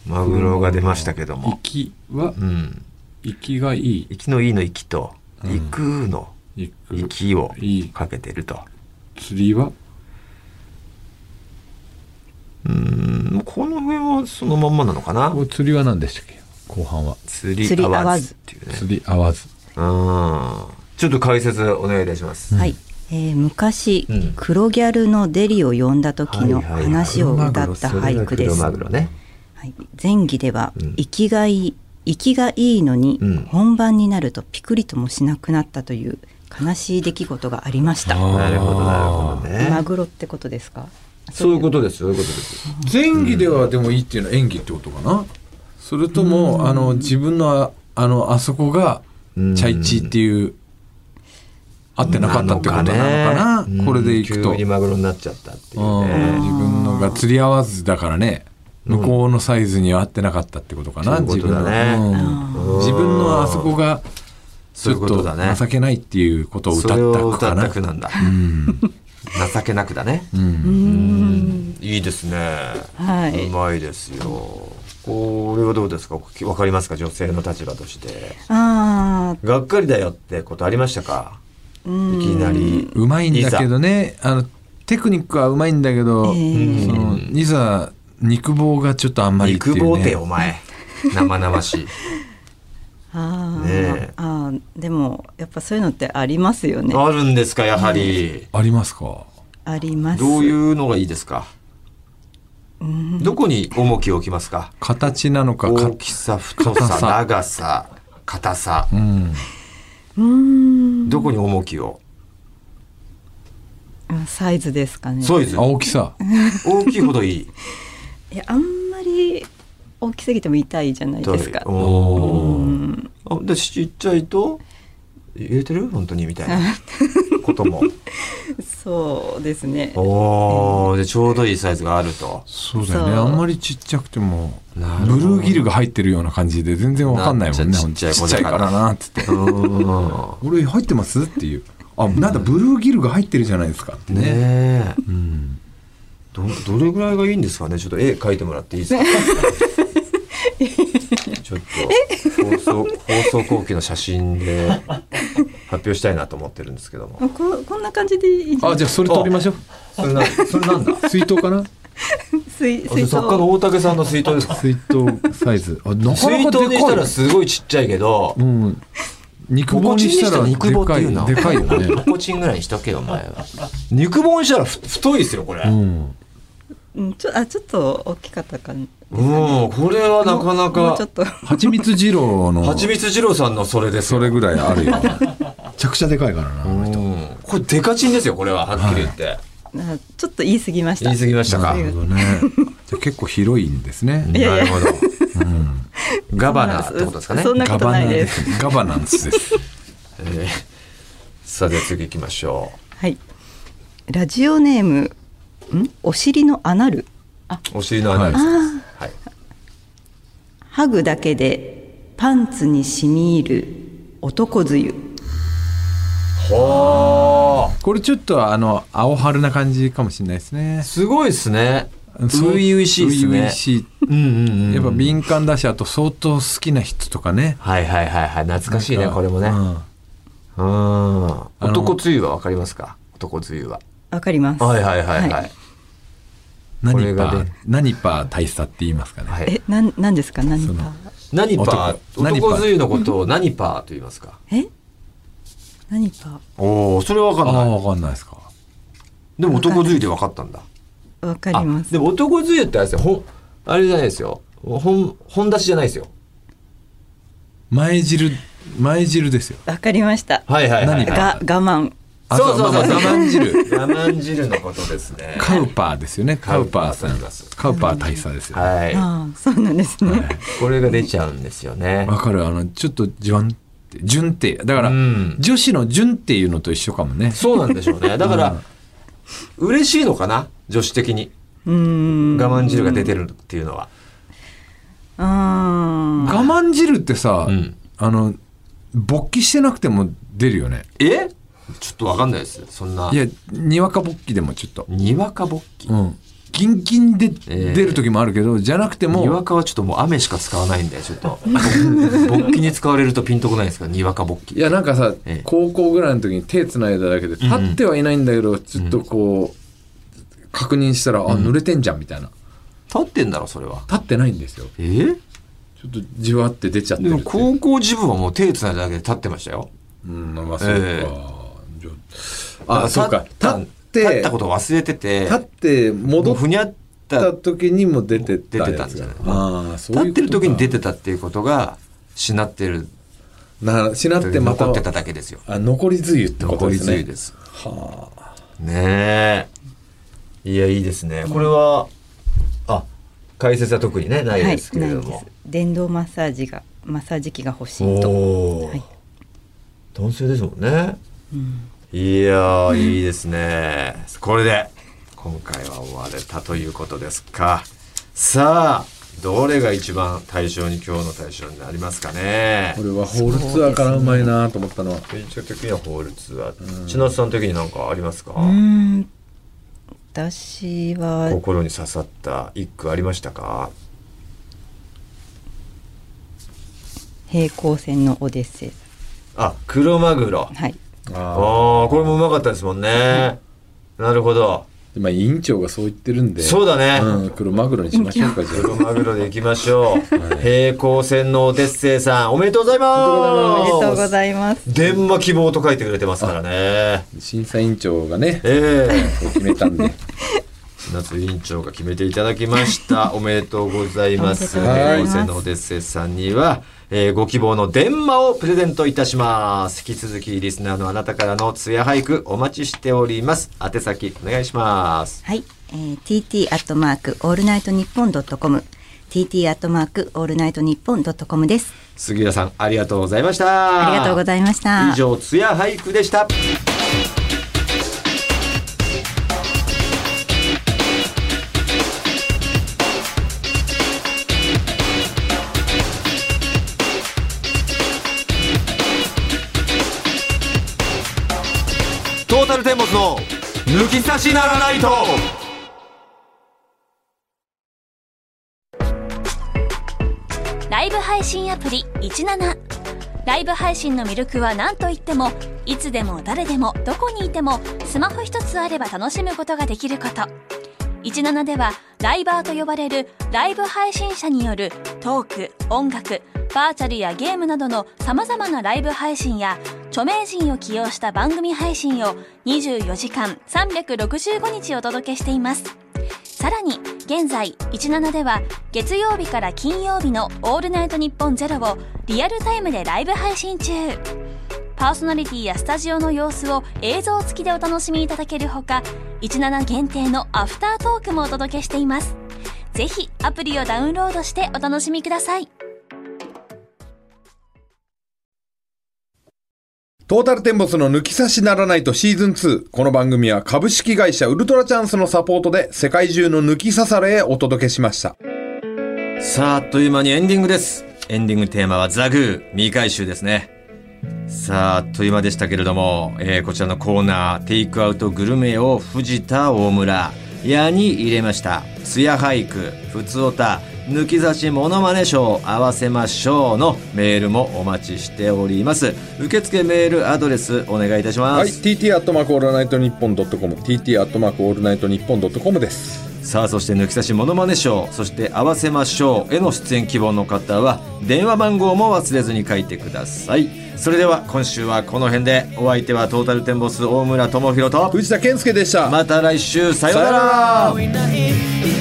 Speaker 2: マグロが出ましたけども。
Speaker 4: 息は
Speaker 2: うん。
Speaker 4: 息がいい
Speaker 2: 生きのいいの生きと、行くの
Speaker 4: 行く
Speaker 2: 息を
Speaker 4: いい
Speaker 2: かけてると。
Speaker 4: 釣りは
Speaker 2: うん、この辺はそのまんまなのかな
Speaker 4: こ。れ釣りは何でしたっけ後半は
Speaker 2: 釣り
Speaker 5: 釣り
Speaker 2: 合
Speaker 5: 合
Speaker 2: わ
Speaker 5: わ
Speaker 2: ず
Speaker 5: ず
Speaker 2: っていうね。うん。
Speaker 4: 釣り合わず
Speaker 2: ちょっと解説お願いいたします。
Speaker 5: はい、えー昔、
Speaker 2: うん
Speaker 5: 黒ギャルのデリを呼んだ時の話を歌った俳句です。
Speaker 2: マグロね。
Speaker 5: はい、前期では、
Speaker 2: うん
Speaker 5: 生きがいい息がいいのに、
Speaker 2: うん
Speaker 5: 本番になるとピクリともしなくなったという悲しい出来事がありました。
Speaker 2: なるほどなるほど
Speaker 5: マ
Speaker 2: ね。
Speaker 5: グロってことですか。
Speaker 2: そういうことですそういうことです。
Speaker 3: 前儀ではでもいいっていうのは演技ってことかなそれともあの自分のああのあそこがチ
Speaker 2: うん
Speaker 3: ャイチっていう合ってなかったってことなのかなこれでいくと、
Speaker 2: 急にマグロになっちゃったっていう
Speaker 3: うん
Speaker 2: ね。
Speaker 3: 自分のが釣り合わずだからね向こうのサイズには合ってなかったってことかな、
Speaker 2: そういうこ
Speaker 3: 自
Speaker 2: と
Speaker 3: 分
Speaker 2: だ
Speaker 3: の、
Speaker 2: ね
Speaker 3: うん自分のあそこがち
Speaker 2: そういう
Speaker 3: ょ
Speaker 2: こ
Speaker 3: っ
Speaker 2: と
Speaker 3: と
Speaker 2: だね
Speaker 3: 情けないっていうことを歌
Speaker 2: そ
Speaker 3: った
Speaker 2: れを
Speaker 3: 句
Speaker 2: 歌
Speaker 3: か
Speaker 2: っ
Speaker 3: な
Speaker 2: た句なんだ。情けなくだね。いいですね。
Speaker 5: はいう
Speaker 2: まいですよ。これはどうですか。わかりますか、女性の立場として。
Speaker 5: あ
Speaker 2: がっかりだよってことありましたか。
Speaker 5: あ、う
Speaker 2: い
Speaker 5: ん、
Speaker 2: きなり。
Speaker 3: うまいんだけどねあのテクニックはうまいんだけど、
Speaker 5: えー
Speaker 3: そのいざ肉棒がちょっとあんまりってい
Speaker 2: 肉棒
Speaker 3: う、ね、
Speaker 2: 手お前。生々 しい。
Speaker 5: あー、
Speaker 2: ねえ
Speaker 5: あーでもやっぱそういうのってありますよね。
Speaker 2: あるんですか、やはり。
Speaker 3: ありますか
Speaker 5: あります。
Speaker 2: どういうのがいいですか。どこに重きを置きますか。
Speaker 3: 形なのかか
Speaker 2: 大きさ、太
Speaker 3: 硬
Speaker 2: さ、
Speaker 3: さ
Speaker 2: 長さ、硬さ。
Speaker 3: うん
Speaker 2: どこに重きを。
Speaker 5: うんサイズですかね。
Speaker 2: そうです。
Speaker 3: 青木さ
Speaker 2: 大きいほどいい。
Speaker 5: いやあんまり大きすぎても痛いじゃないですか。
Speaker 2: おーあでちっちゃいと入れてる本当にみたいなこと も。
Speaker 5: そうですね。
Speaker 2: おおでちょうどいいサイズがあると。
Speaker 3: そうだよね
Speaker 5: そ
Speaker 3: あ
Speaker 5: う
Speaker 3: んまりちっちゃくてもブル
Speaker 2: なるほど
Speaker 3: ーギルが入ってるような感じで全然わかんないもんね
Speaker 2: なっちゃう
Speaker 3: ほんとちっちゃいからなっつって
Speaker 2: う
Speaker 3: 「俺入ってます?」っていう「あなんだブルーギルが入ってるじゃないですか」って
Speaker 2: んね
Speaker 3: ね
Speaker 2: え
Speaker 3: うん
Speaker 2: どどれぐらいがいいんですかねちょっと絵描いてもらっていいですか ちょっと放送放送後期の写真 で発表したいなと思ってるんですけども。
Speaker 5: あここんな感じでいいじゃん
Speaker 3: あじゃあそれ取りましょ
Speaker 2: それなそれなんだ。
Speaker 3: う水筒かな
Speaker 5: 水
Speaker 2: あそれ
Speaker 5: 水
Speaker 2: 作
Speaker 5: 槽
Speaker 2: 家の大竹さんの水筒ですか。
Speaker 3: 水筒サイズあな
Speaker 2: 水
Speaker 3: かな
Speaker 2: 筒
Speaker 3: か
Speaker 2: に
Speaker 3: で
Speaker 2: した
Speaker 3: かい
Speaker 2: らすごいちっちゃいけど、
Speaker 3: うん肉棒にしたらで
Speaker 2: 肉棒って
Speaker 3: か
Speaker 2: いうない
Speaker 3: でかいよ
Speaker 2: ポ
Speaker 3: ね
Speaker 2: コチンぐらいにしとけよお前は肉棒にしたらふ太いですよこれう、
Speaker 3: うんん
Speaker 5: うんちょあちょっと大きかったかな
Speaker 2: これはなかな
Speaker 5: もうち
Speaker 2: か
Speaker 5: ょっと
Speaker 3: 蜂蜜二郎の
Speaker 2: はちみつ二郎さんのそれです
Speaker 3: そ
Speaker 2: よ
Speaker 3: れぐらいあるよね めちゃくちゃでかいからなあの人
Speaker 2: うんこれデカチンですよこれははっきり言って、
Speaker 5: あちょっと言い過ぎました
Speaker 2: 言い過ぎましたか
Speaker 5: う
Speaker 3: なる
Speaker 5: ん
Speaker 3: ほどね。じゃあ結構広いんですね。
Speaker 5: いやいや
Speaker 2: なるほど、ガバナ ってことですかね
Speaker 5: そんなことないで
Speaker 3: ガバナガバナンスです。
Speaker 2: えーさて次行きましょ
Speaker 5: はいラジオネームんお尻のアナル
Speaker 2: うお尻の穴です、
Speaker 5: あ
Speaker 2: はい、
Speaker 5: ハグだけでパンツに染み入る男梅雨
Speaker 2: ほー
Speaker 3: これちょっとあの青春な感じかもしれないですね。
Speaker 2: すごいですね初
Speaker 3: そう
Speaker 2: 々しいですね
Speaker 3: 初々しい
Speaker 2: うんうんうん
Speaker 3: やっぱ敏感だし、あと相当好きな人とかね。
Speaker 2: はいはいはいはい懐かしいねこれもね、
Speaker 3: うん
Speaker 2: うん。男梅雨はわかりますか男梅雨は。
Speaker 5: わかります
Speaker 2: はいはいはいはい。これ
Speaker 3: 何
Speaker 2: が
Speaker 3: パー
Speaker 2: ね、
Speaker 3: 何パー大佐って言いますかね。
Speaker 2: はい、
Speaker 5: えなんなんですか何
Speaker 3: そ
Speaker 5: か
Speaker 3: の
Speaker 2: 何パー
Speaker 3: 男
Speaker 2: 男梅雨のことを何パーと言いますか
Speaker 5: え何か
Speaker 2: おおそれはわ
Speaker 3: あ
Speaker 2: かんな
Speaker 3: あ、
Speaker 2: い。
Speaker 3: わかんないですか。
Speaker 2: でも男梅雨でわかったんだ。
Speaker 5: わかります
Speaker 2: でも男梅雨ってあれですよ。ほんあれじゃないですよ。ほん本出しじゃないですよ。
Speaker 3: 前汁、前汁ですよ。
Speaker 5: わかりました
Speaker 2: はいはいはい。
Speaker 3: 何パー
Speaker 5: が我慢
Speaker 3: あ
Speaker 2: そうそうそう
Speaker 3: まあまあ我慢汁。
Speaker 2: 我慢汁のことです ね。
Speaker 3: カウパーですよね。カウパーさ
Speaker 2: カウパーさん
Speaker 3: ん
Speaker 2: います。
Speaker 3: カウパー大佐ですよ。
Speaker 2: は
Speaker 5: ああそうなんですね、
Speaker 2: い。これが出ちゃうんですよね。
Speaker 3: わかるあのちょっとじわんって順ってだから、
Speaker 2: うん
Speaker 3: 女子の順っていうのと一緒かもね
Speaker 2: そうなんでしょうね。だから、嬉しいのかな女子的に。
Speaker 5: うーん
Speaker 2: 我慢汁が出てるっていうのは。
Speaker 5: あ
Speaker 3: 我慢汁ってさ、
Speaker 2: うん
Speaker 3: あの勃起してなくても出るよね
Speaker 2: えちょっとわかんないです。そんな。
Speaker 3: いやにわか勃起でもちょっと
Speaker 2: にわか勃起。
Speaker 3: うんギンギンで出る時もあるけど、じゃなくて
Speaker 2: にわ
Speaker 3: も
Speaker 2: かはちょっともう雨しか使わないんでちょっ と勃起に使われるとピンとこないですかにわか勃
Speaker 3: い
Speaker 2: 起
Speaker 3: やなんかさ、
Speaker 2: ええ
Speaker 3: 高校ぐらいの時に手つないだだけで立ってはいないんだけど、ちょっとこう確認したら、あ濡れてんじゃんみたいな
Speaker 2: 立ってんだろそれは
Speaker 3: 立ってないんですよ
Speaker 2: えー
Speaker 3: ちょっとじわって出ちゃって
Speaker 2: で
Speaker 3: るっ
Speaker 2: も
Speaker 3: ていう
Speaker 2: 高校自分はもう手つないだだけで立ってましたよ
Speaker 3: うんまあそうか、
Speaker 2: え
Speaker 3: じゃああそうか
Speaker 2: 立っ
Speaker 3: 立
Speaker 2: た
Speaker 3: って
Speaker 2: 立ったことを忘れてて
Speaker 3: 立って戻
Speaker 2: も
Speaker 3: っ
Speaker 2: うふにゃった
Speaker 3: た時にも出てたやつ
Speaker 2: 出てたんじゃない
Speaker 3: ああそう
Speaker 2: 立
Speaker 3: い
Speaker 2: っ
Speaker 3: う
Speaker 2: てる時に出
Speaker 3: て
Speaker 2: てたっていうことがしなってる
Speaker 3: なしなってまた
Speaker 2: 残ってただけですよ
Speaker 3: あ残り梅雨ってこと
Speaker 2: 残
Speaker 3: で
Speaker 2: り
Speaker 3: す
Speaker 2: つ
Speaker 3: ね
Speaker 2: いですねえいやいいですねこれはあ解説は特にねな
Speaker 5: はい、ないです。電動マッサージがマッサージ機が欲しいと。
Speaker 2: おお、
Speaker 5: はい
Speaker 2: 男性ですもんね、いやーいいですねこれで今回は終われたということですかさあどれが一番対象に今日の対象になりますかね
Speaker 3: これはホールツアーからうまいなと思ったのは
Speaker 2: ベンチャー的には法律は千夏さん的に何かありますか、
Speaker 5: うーん、私は
Speaker 2: 心に刺さった一句ありましたか
Speaker 5: 平行線のオデッセイ。
Speaker 2: あ黒マグロ
Speaker 5: はい。
Speaker 2: あ
Speaker 3: あ
Speaker 2: ーこれもうまかったですもんねなるほど
Speaker 3: ーまあ委員長がそう言ってるんで
Speaker 2: そうだね、
Speaker 3: うん、黒マグロにしましょうかじゃ
Speaker 2: 黒マグロでいきましょう。平行線のオデッセイさん、おめでとうござい
Speaker 5: おめでとう
Speaker 2: ま
Speaker 5: ご
Speaker 2: す。
Speaker 5: ざいます。
Speaker 2: 電話希望と書いてくれてますからね。
Speaker 3: あ審査委員長がね
Speaker 2: ええ
Speaker 3: こう決めたんで
Speaker 2: 夏委員長が決めていただきました。おめでとうございます。
Speaker 5: おめでとうござ
Speaker 2: 平
Speaker 5: い
Speaker 2: 行
Speaker 5: ます
Speaker 2: 線のオデッセイさんには、えーご希望の電話をプレゼントいたします。引き続きリスナーのあなたからのツヤ俳句お待ちしております。宛先お願いします。
Speaker 5: はい、えー、TT アットマークオールナイトニッポンドットコム TT アットマークオールナイトニッポンドットコムです。
Speaker 2: 杉田さん、ありがとうございました。
Speaker 5: ありがとうございました。
Speaker 2: 以上、ツヤ俳句でした。トータルテンボスの抜き差しならないと
Speaker 1: ライブ配信アプリ17ライブ配信の魅力は何といってもいつでも誰でもどこにいてもスマホ一つあれば楽しむことができること17ではライバーと呼ばれるライブ配信者によるトーク音楽バーチャルやゲームなどのさまざまなライブ配信や著名人を起用した番組配信を24時間365日お届けしていますさらに現在17では月曜日から金曜日の「オールナイトニッポンゼロをリアルタイムでライブ配信中パーソナリティやスタジオの様子を映像付きでお楽しみいただけるほか17限定のアフタートークもお届けしていますぜひアプリをダウンロードしてお楽しみください
Speaker 3: トータルテンボスの抜き差しならないとシーズン2この番組は株式会社ウルトラチャンスのサポートで世界中の抜き刺されへお届けしました
Speaker 2: さあ、あっという間にエンディングです。エンディングテーマはザグー、未回収ですね。さあ、あっという間でしたけれども、えーこちらのコーナー、テイクアウトグルメを藤田大村、矢に入れました。ツヤ俳句、ふつおた、抜き差しモノマネショー合わせましょうのメールもお待ちしております。受付メールアドレスお願いいたします。
Speaker 3: はい TT アットマークオールナイトニッポンドットコム TT アットマークオールナイトニッポンドットコムです
Speaker 2: さあそして抜き差しモノマネショーそして合わせましょうへの出演希望の方は電話番号も忘れずに書いてくださいそれでは今週はこの辺でお相手はトータルテンボス大村智広と
Speaker 3: 藤田健介でした
Speaker 2: また来週さような
Speaker 3: さような
Speaker 2: ら
Speaker 6: いないい